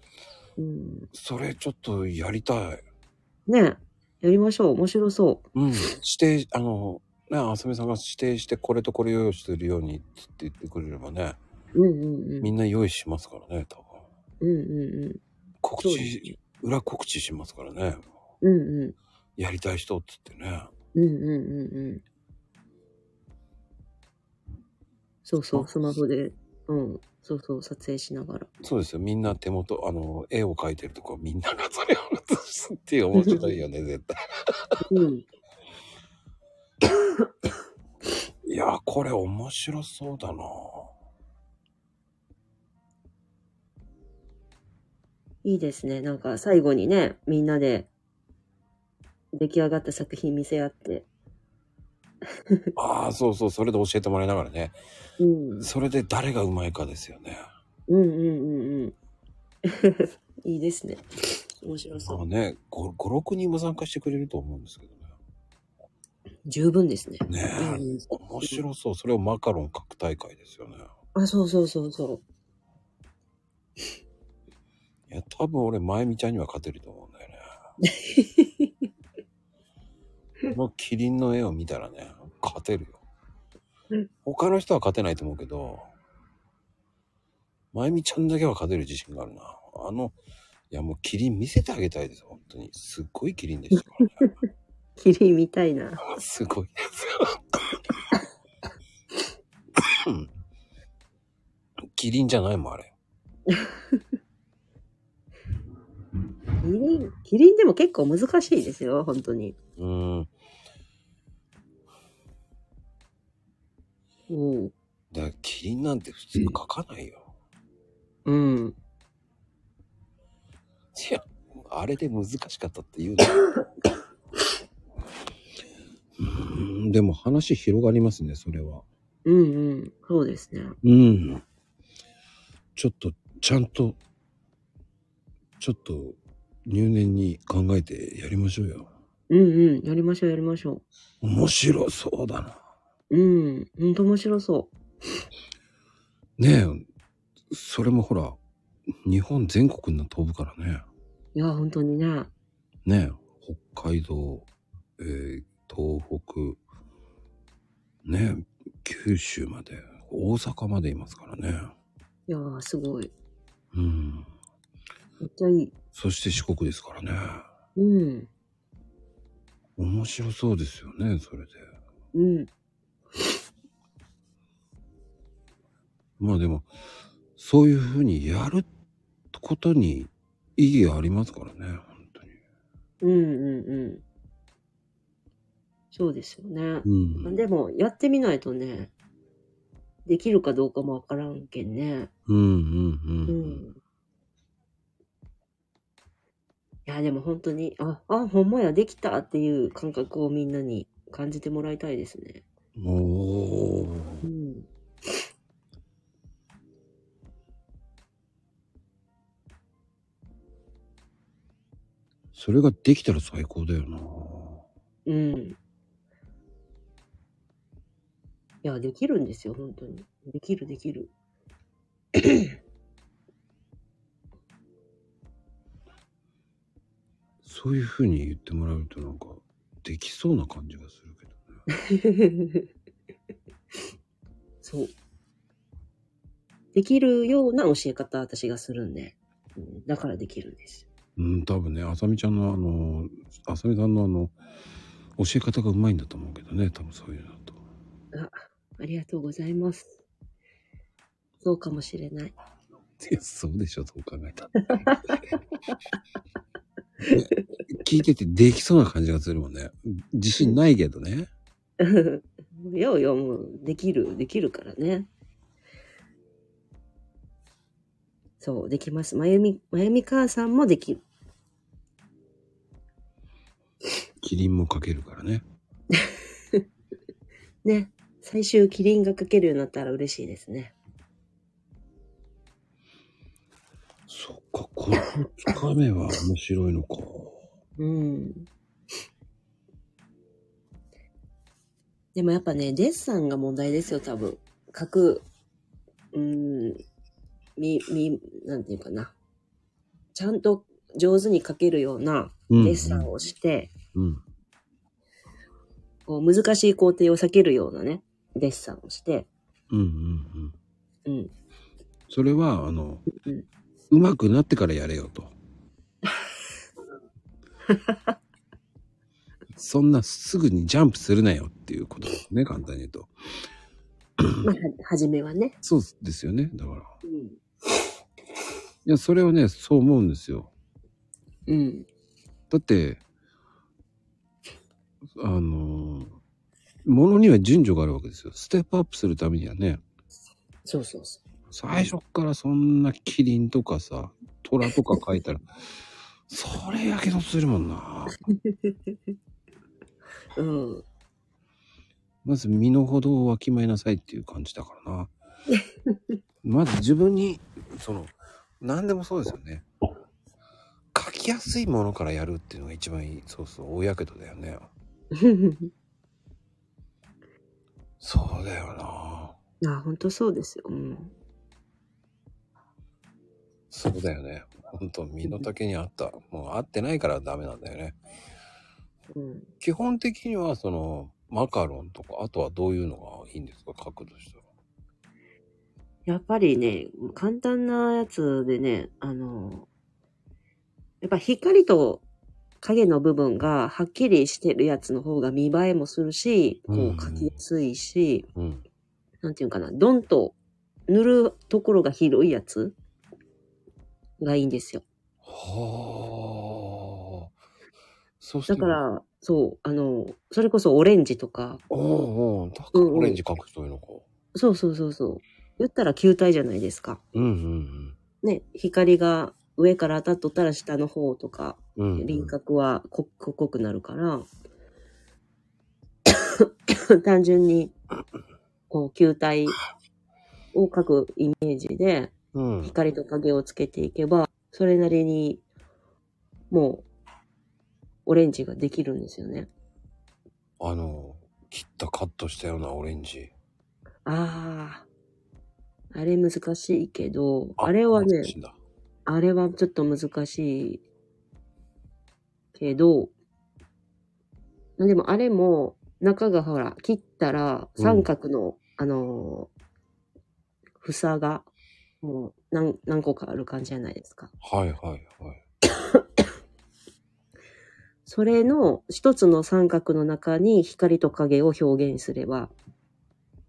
うん。それちょっとやりたい。ねやりましょう。面白そうん。指定、あの、ね、あさみさんが指定してこれとこれ用意するようにって言ってくれればね、う。うんうんうん。みんな用意しますからね、多分。うんうんうん。告そうです知、裏告知しますからね。うんうやりたい人っつってね。ん。うんうんうんうん。そうそう、スマホで。うん。そうそう、撮影しながら。そうですよ。みんな手元、あの、絵を描いてるとこみんながそれを写すっていう面白いよね、絶対。うん。いやー、これ面白そうだなぁいいですね。なんか最後にね、みんなで出来上がった作品見せ合って。ああ、そうそう、それで教えてもらいながらね。うん。うんそれで誰がうまいかですよね。うんうん うん。いいですね。面白あそのね、5、6人も参加してくれると思うんですけどね。う。十分ですね。ねえうんうん面白そう。それをマカロン各大会ですよね。あ、そうそうそうそいや、多分俺、まゆみちゃんには勝てると思うんだよね。このキリンの絵を見たらね、勝てるうよ。他の人は勝てないと思うけど、まゆみちゃんだけは勝てる自信があるな。あの、いやもうキリン見せてあげたいです、本当に。すっごいキリンでしたからね。う。キリンみたいな。すごいですよ。キリンじゃないもん、あれ。キリン、キリンでも結構難しいですよ、本当に。うーん。うん。だからキリンなんて普通書かないよ。うん。いや、あれで難しかったって言うの。うーんでも話広がりますね、それは。うんうん。そうですね。うん。ちょっと、ちゃんと、ちょっと、入念に考えてやりましょうよ。うんうん。やりましょう、やりましょ面白そうだな。う。うん。ほんと面白そねえ、それもほら、日本全国に飛ぶからね。う。いや、本当にね。ねえ北海道、えー東北、ねえ九州まで、大阪までいますからね。いやー、すごい。うん。めっちゃいい。そして四国ですからね。うん。面白そうですよね、それで。うん。まあでも、そういうふうにやることに意義がありますからね、本当に。うんうんうん。そうですよね。うん。でも、やってみないとね、できるかどうかもわからんけんね。うんうんううん。ん。いや、でも本当に、あ、あ、ほんまや、できたっていう感覚をみんなに感じてもらいたいですね。おーうん。それができたら最高だよな。うん。いや、できるんですよ、本当に。できる、できる。 そういうふうに言ってもらうとなんか、できそうな感じがするけどね。そう。できるような教え方、私がするんで。うんだからできるんです。うん、多分ね、あさみちゃんのあの、あさみさんのあの、教え方がうまいんだと思うけどね、多分そういうのと。ありがとうございます。そうかもしれない。いや、そうでしょ、そう考えたら。 ね聞いててできそうな感じがするもんね。自信ないけどね。ようよ、もう、できる、できるからね。そう、できます。まゆみ、まゆみ母さんもできる。キリンもかけるからね。ね。最終、キリンがかけるようになったら嬉しいですね。そっか、これをつかめば面白いのか。うん。でもやっぱね、デッサンが問題ですよ、多分。書く、うん、み、み、なんていうかな。ちゃんと上手に書けるようなうん、デッサンをして、うん。こう難しい工程を避けるようなね、デッサンをして、うんうんうん。うん。それは、あのうん、うまくなってからやれよと。 そんなすぐにジャンプするなよっていうことですね、簡単に言うと。まあ、は初めはね。そうですよね、だから。うん。いや、それはね、そう思うんですよ。うん。だって、あのー、ものには順序があるわけですよ。ステップアップするためにはね、そうそうそ最初っからそんなキリンとかさ、虎とか書いたら、 それやけどするもんな。う。うん。まず身の程をわきまえなさいっていう感じだからな。まず自分に、その、何でもそうですよね。書きやすいものからやるっていうのが一番いい。そうそう、大やけどだよね。そうだよな。 あ、本当そうですよ。うん。そうだよね。ほんと、身の丈に合った。もう合ってないからダメなんだよね。うん。基本的には、その、マカロンとか、あとはどういうのがいいんですか書くとしたら。やっぱりね、簡単なやつでね、あの、やっぱ光と影の部分がはっきりしてるやつの方が見栄えもするし、こう書きやすいし、うん。なんていうかな、ドンと塗るところが広いやつがいいんですよ。はあ。そしてだか、ら、そう、あの、それこそオレンジとか、おうおうだからオレンジ書くというのか。そうそうそうそう。言ったら球体じゃないですか。うんうんね、光が上から当たっとったら下の方とか、うん。うん、輪郭は濃く濃くなるから、 単純に、こう、球体を描くイメージで、うん。光と影をつけていけば、それなりに、もう、オレンジができるんですよね。あの、切ったカットしたようなオレンジ。ああ、あれ難しいけど、あれはね難し、いんだあれはちょっと難しいけど、でもあれも、中がほら、切ったら、うん三角の、あのー、房が、もう何、何個かある感じじゃないですか。はいはいはい。それの一つの三角の中に光と影を表現すれば、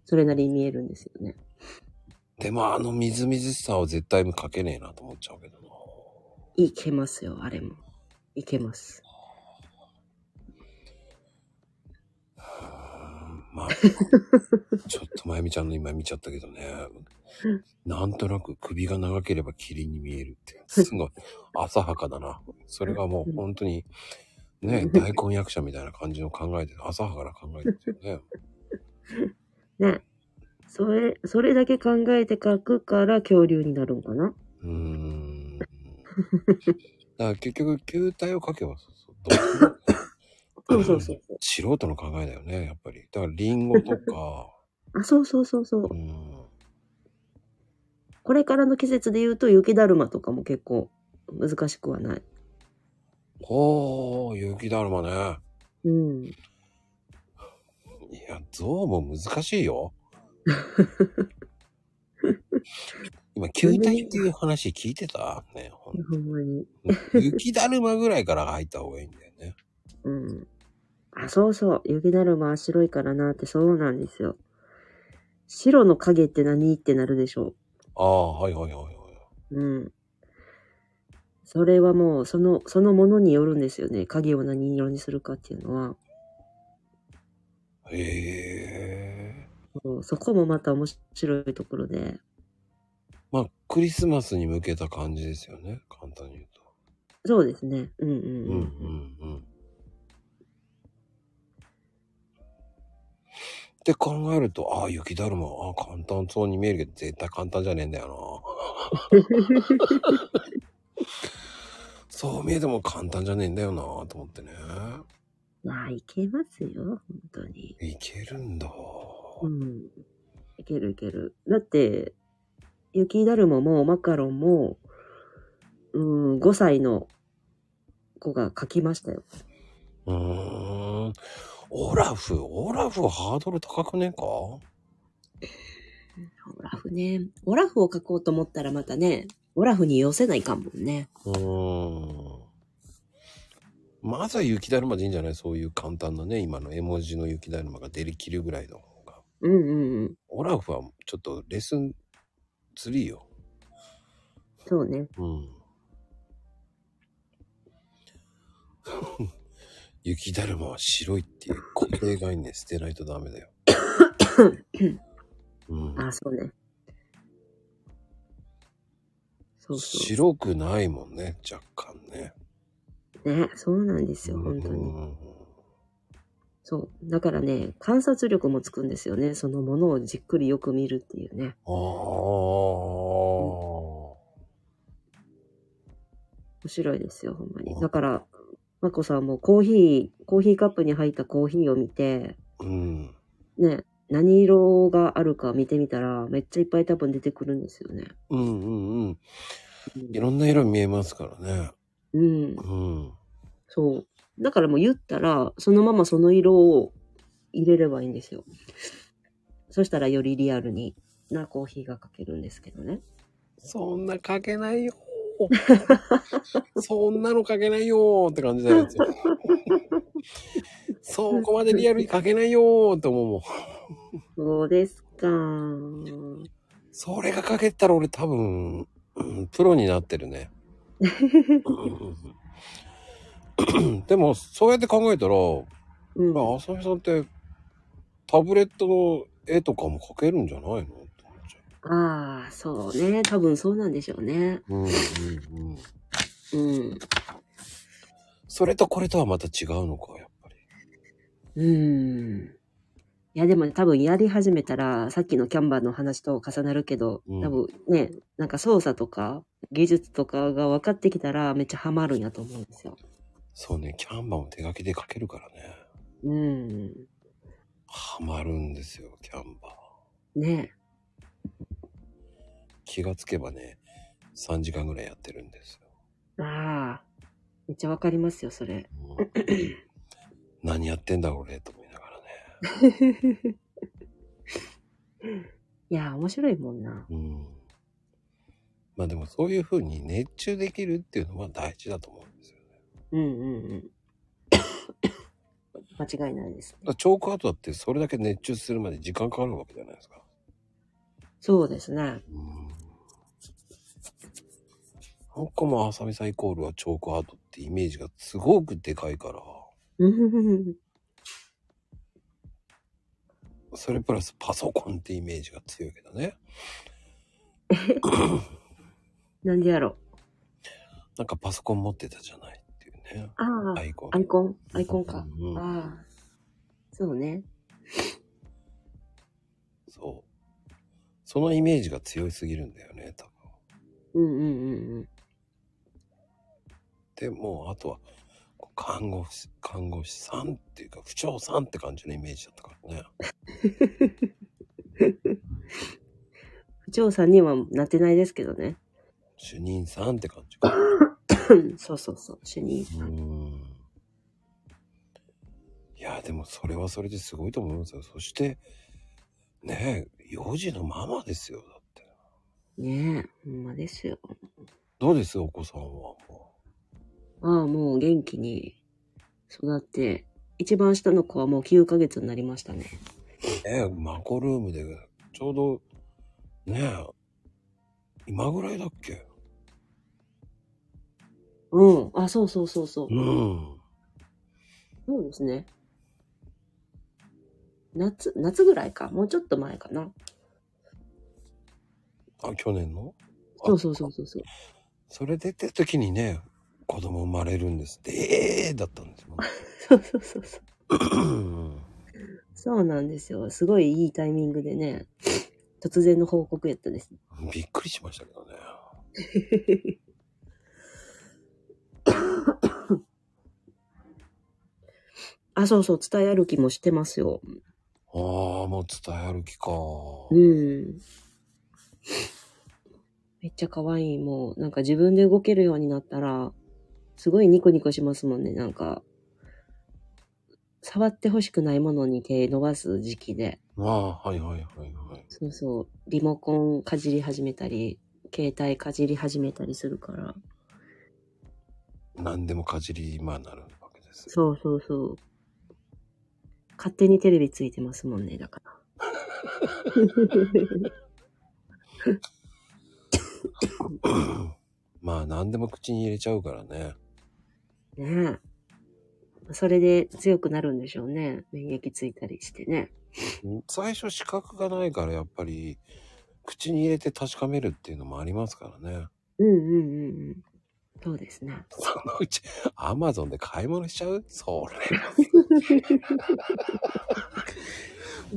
それなりに見えるんですよね。でもあのみずみずしさは絶対かけねえなと思っちゃうけどな。いけますよ、あれも。いけます。まあ、ちょっとまゆみちゃんの今見ちゃったけどね。なんとなく首が長ければ霧に見えるって、すごい浅はかだな。それがもう本当に、ね、大根役者みたいな感じの考えて、浅はかな考えてるよね。ね。それ、それだけ考えて描くから恐竜になるんかなうーん。だから結局、球体を描けばそうそうそうそうそうそう。素人の考えだよね、やっぱり。だからリンゴとか、あ、そうそうそうそうう。ん。これからの季節で言うと雪だるまとかも結構難しくはない。おー、雪だるまね。うん。いや、象も難しいよ。今、球体っていう話聞いてたね、ほんほんまに。雪だるまぐらいから入った方がいいんだよね。うん。あ、そうそう。雪だるまは白いからなってそうなんですよ。白の影って何ってなるでしょああ、はいはいはいはい。う。うん。それはもう、その、そのものによるんですよね。影を何色にするかっていうのは。へえ。そうそこもまた面白いところで。まあ、クリスマスに向けた感じですよね、簡単に言うと。そうですね。うんうんううん。うんんうん。って考えると、ああ、雪だるま、ああ、簡単そうに見えるけど、絶対簡単じゃねえんだよな。そう見えても簡単じゃねえんだよなと思ってね。まあ、いけますよ。本当に。いけるんだ。うん。いけるいける。だって、雪だるまもマカロンも、うん、5歳の子が書きましたよ。うーん。オラフ、オラフハードル高くねえかオラフね。オラフを書こうと思ったらまたね、オラフに寄せないかんもんね。うーん。まずは雪だるまでいいんじゃないそういう簡単なね、今の絵文字の雪だるまが出り切るぐらいの方が。うんうんうん。オラフはちょっとレッスン3よ。そうね。うん。 雪だるまは白いっていう固定概念捨てないとダメ だよ。うん、あ、そうね。そうそ白くないもんね、若干ね。う。ね、そうなんですよ、本当に。うんそう。だからね、観察力もつくんですよね。そのものをじっくりよく見るっていうね。ああ。面白いですよ、ほんまうに。んだから、まこさんもコーヒー、コーヒーカップに入ったコーヒーを見て、うん。ね、何色があるか見てみたら、めっちゃいっぱい多分出てくるんですよね。うんうんうん。うんいろんな色見えますからね。うんう、ん。そう。だからもう言ったら、そのままその色を入れればいいんですよ。そしたらよりリアルになコーヒーがかけるんですけどね。そんなかけない よ。そんなのかけないよって感じだよ。 そこまでリアルにかけないよって思うもん。そうですか。それがかけたら俺多分、うんプロになってるね。うんでも、そうやって考えたら、うん。まあ、浅見さんって、タブレットの絵とかも描けるんじゃないのって思っちゃああ、そうね。多分そうなんでしょうね。う。うんうんうん。うん。それとこれとはまた違うのか、やっぱり。うーん。いや、でも多分やり始めたら、さっきのキャンバーの話と重なるけど、うん多分ね、なんか操作とか技術とかが分かってきたら、めっちゃハマるんやと思うんですよ。そうね、キャンバーも手書きで描けるからね。うん。ハマるんですよ、キャンバー。ね。気がつけばね、3時間ぐらいやってるんですよ。ああ。めっちゃ分かりますよ、それ。うん 何やってんだ俺と思いながらね。いや、面白いもんな。うん。まあでもそういうふうに熱中できるっていうのは大事だと思うんですよね。うんうん うん。間違いないですだか。らチョークアートだってそれだけ熱中するまで時間かかるわけじゃないですか。そうですね。 うん。なんかもうあさみさんイコールはチョークアートってイメージがすごくでかいから、うんそれプラスパソコンってイメージが強いけどね。なんでやろう。なんかパソコン持ってたじゃないっていうね。あアあ、イコン。アイコン、アイコンか。うんああ。そうね。そう。そのイメージが強いすぎるんだよね、多分。うんうんうんうん。でもうあとはこう看護師看護師さんっていうか不調さんって感じのイメージだったからね不調さんにはなってないですけどね。 主任さんって感じかそうそうそう。主任うーんいやでもそれはそれですごいと思いますよそしてねえ幼児のママですよだってねえ、ほんまですよ。どうですお子さんはもああ、もう元気に育って、一番下の子はもう9ヶ月になりましたね。うねえマコルームでちょうどねえ今ぐらいだっけうん。あ、そうそうそうそう。うんそうですね。夏、夏ぐらいか。もうちょっと前かな。あ去年のあそうそうそうそうそう。それ出てる時にね、子供生まれるんですって、ええー、だったんですもん。そうそうそうそう。うんそうなんですよ。すごいいいタイミングでね、突然の報告やったです。びっくりしましたけどね。 あ、そうそう、伝え歩きもしてますよ。ああ、もう伝え歩きか。うん。めっちゃ可愛い。もう、なんか自分で動けるようになったら、すごいニコニコしますもんね。なんか、触ってほしくないものに手伸ばす時期で。ああ、はいはいはいはい。そうそう。リモコンかじり始めたり、携帯かじり始めたりするから。何でもかじり今になるわけですよ。そうそうそう。勝手にテレビついてますもんね、だから。まあ何でも口に入れちゃうからね。ねえ。それで強くなるんでしょうね。免疫ついたりしてね。最初視覚がないからやっぱり口に入れて確かめるっていうのもありますからね。うんうんうんうん。そうですね。そのうちアマゾンで買い物しちゃうそれ。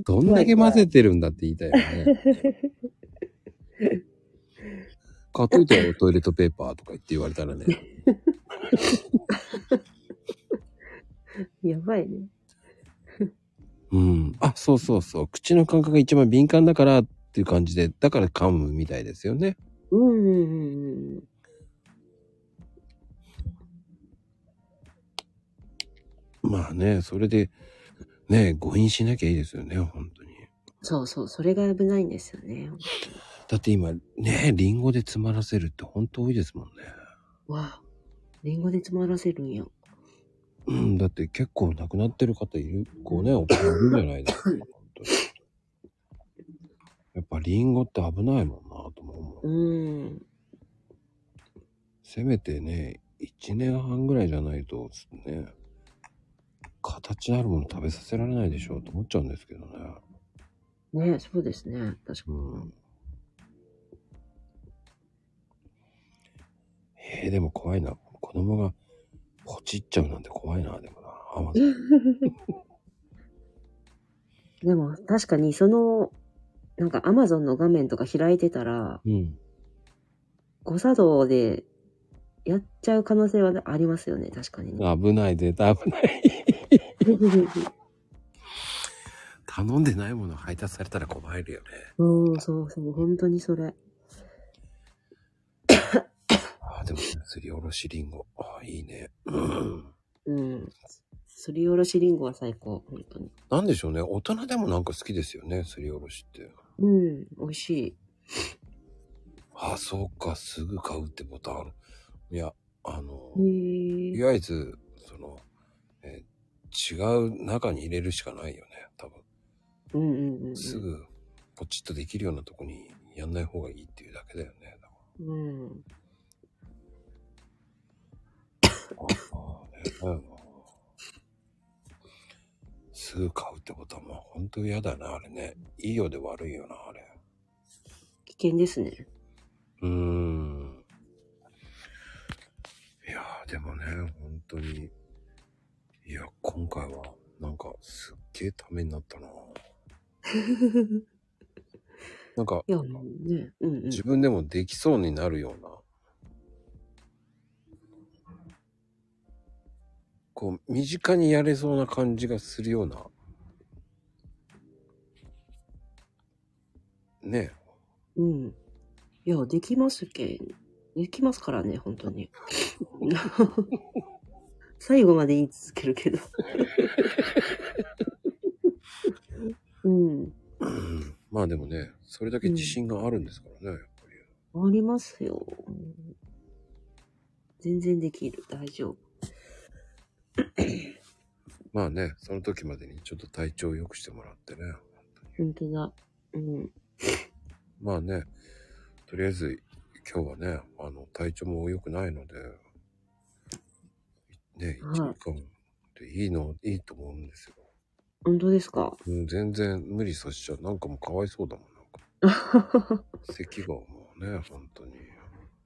どんだけ混ぜてるんだって言いたいよね。買っといたよ、トイレットペーパーとか言って言われたらね。やばいね。うん。あ、そうそうそう。口の感覚が一番敏感だからっていう感じで、だから噛むみたいですよね。うんうんうんうん。まあね、それで、ね、誤飲しなきゃいいですよね、本当に。そうそう、それが危ないんですよね。だって今、ね、リンゴで詰まらせるって本当多いですもんね。わあ、リンゴで詰まらせるんや。うん、だって結構亡くなってる方いる、こうね、お子さんいるじゃないですか。本当にやっぱリンゴって危ないもんなとも思う。うん。せめてね、1年半ぐらいじゃないとね、形のあるもの食べさせられないでしょうと思っちゃうんですけどね。ねそうですね。確かうに。ん。えー、でも怖いな。子供がポチっちゃうなんて怖いな、でもな。あまでも、確かにその、なんか Amazon の画面とか開いてたら、うん。誤作動でやっちゃう可能性はありますよね。確かにね。危ない、絶対危ない。頼んでないもの配達されたら困るよね。 うん、そうそう、本当にそれ。ああ、でも、すりおろしりんご。ああ、いいね。うん。うん。すりおろしりんごは最高、本当に。なんでしょうね。大人でもなんか好きですよね、すりおろしって。うん、美味しい。あ、そうか、すぐ買うってボタンある。いや、あの、へいえ。わゆる、その、えー違う中に入れるしかないよね、多分。うんうんうんうん。すぐ、ポチッとできるようなとこにやんない方がいいっていうだけだよね。だかうらん。あーね すぐ買うってことは、まあ本当嫌だな、あれね。いいようで悪いよな、あれ。危険ですね。うーん。いやー、でもね、本当に。いや、今回は、なんか、すっげえためになったな。なんかい、や、もうね。うんうん。自分でもできそうになるような。こう、身近にやれそうな感じがするような。ねえ。うん。いや、できますけん。できますからね、本当に。 最後まで言い続け るけど。うん。うんまあでもね、それだけ自信があるんですからね、やっぱり。ありますよ。全然できる。大丈夫。まあね、その時までにちょっと体調を良くしてもらってね。本当だ。うん。まあね、とりあえず今日はね、あの、体調も良くないので、ね、1はい時間でいいの、いいと思うんですよ。本当ですかうん、全然無理させちゃう。なんかもうかわいそうだもん、なんか。 咳がもうね、本当に。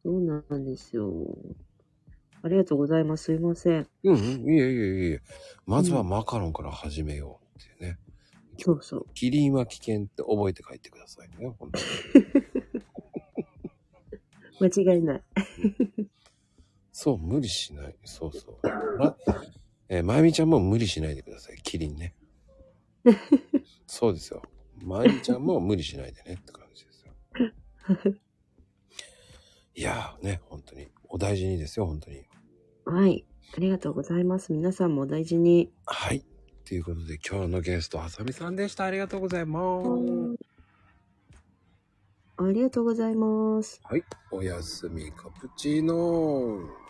そうなんですよ。ありがとうございます。すいません。うん、うん、いえいえいえ。まずはマカロンから始めようっていうね。そうそう。キリンは危険って覚えて帰ってくださいね、本当に。間違いない。そう、無理しない。そうそう。ま、えーまゆみちゃんも無理しないでください。キリンね。そうですよ。まゆみちゃんも無理しないでねって感じですよ。いやーね、本当に。お大事にですよ、本当に。はい。ありがとうございます。皆さんもお大事に。はい。ということで、今日のゲスト、あさみさんでした。ありがとうございます。ありがとうございます。おやすみ、カプチーノー。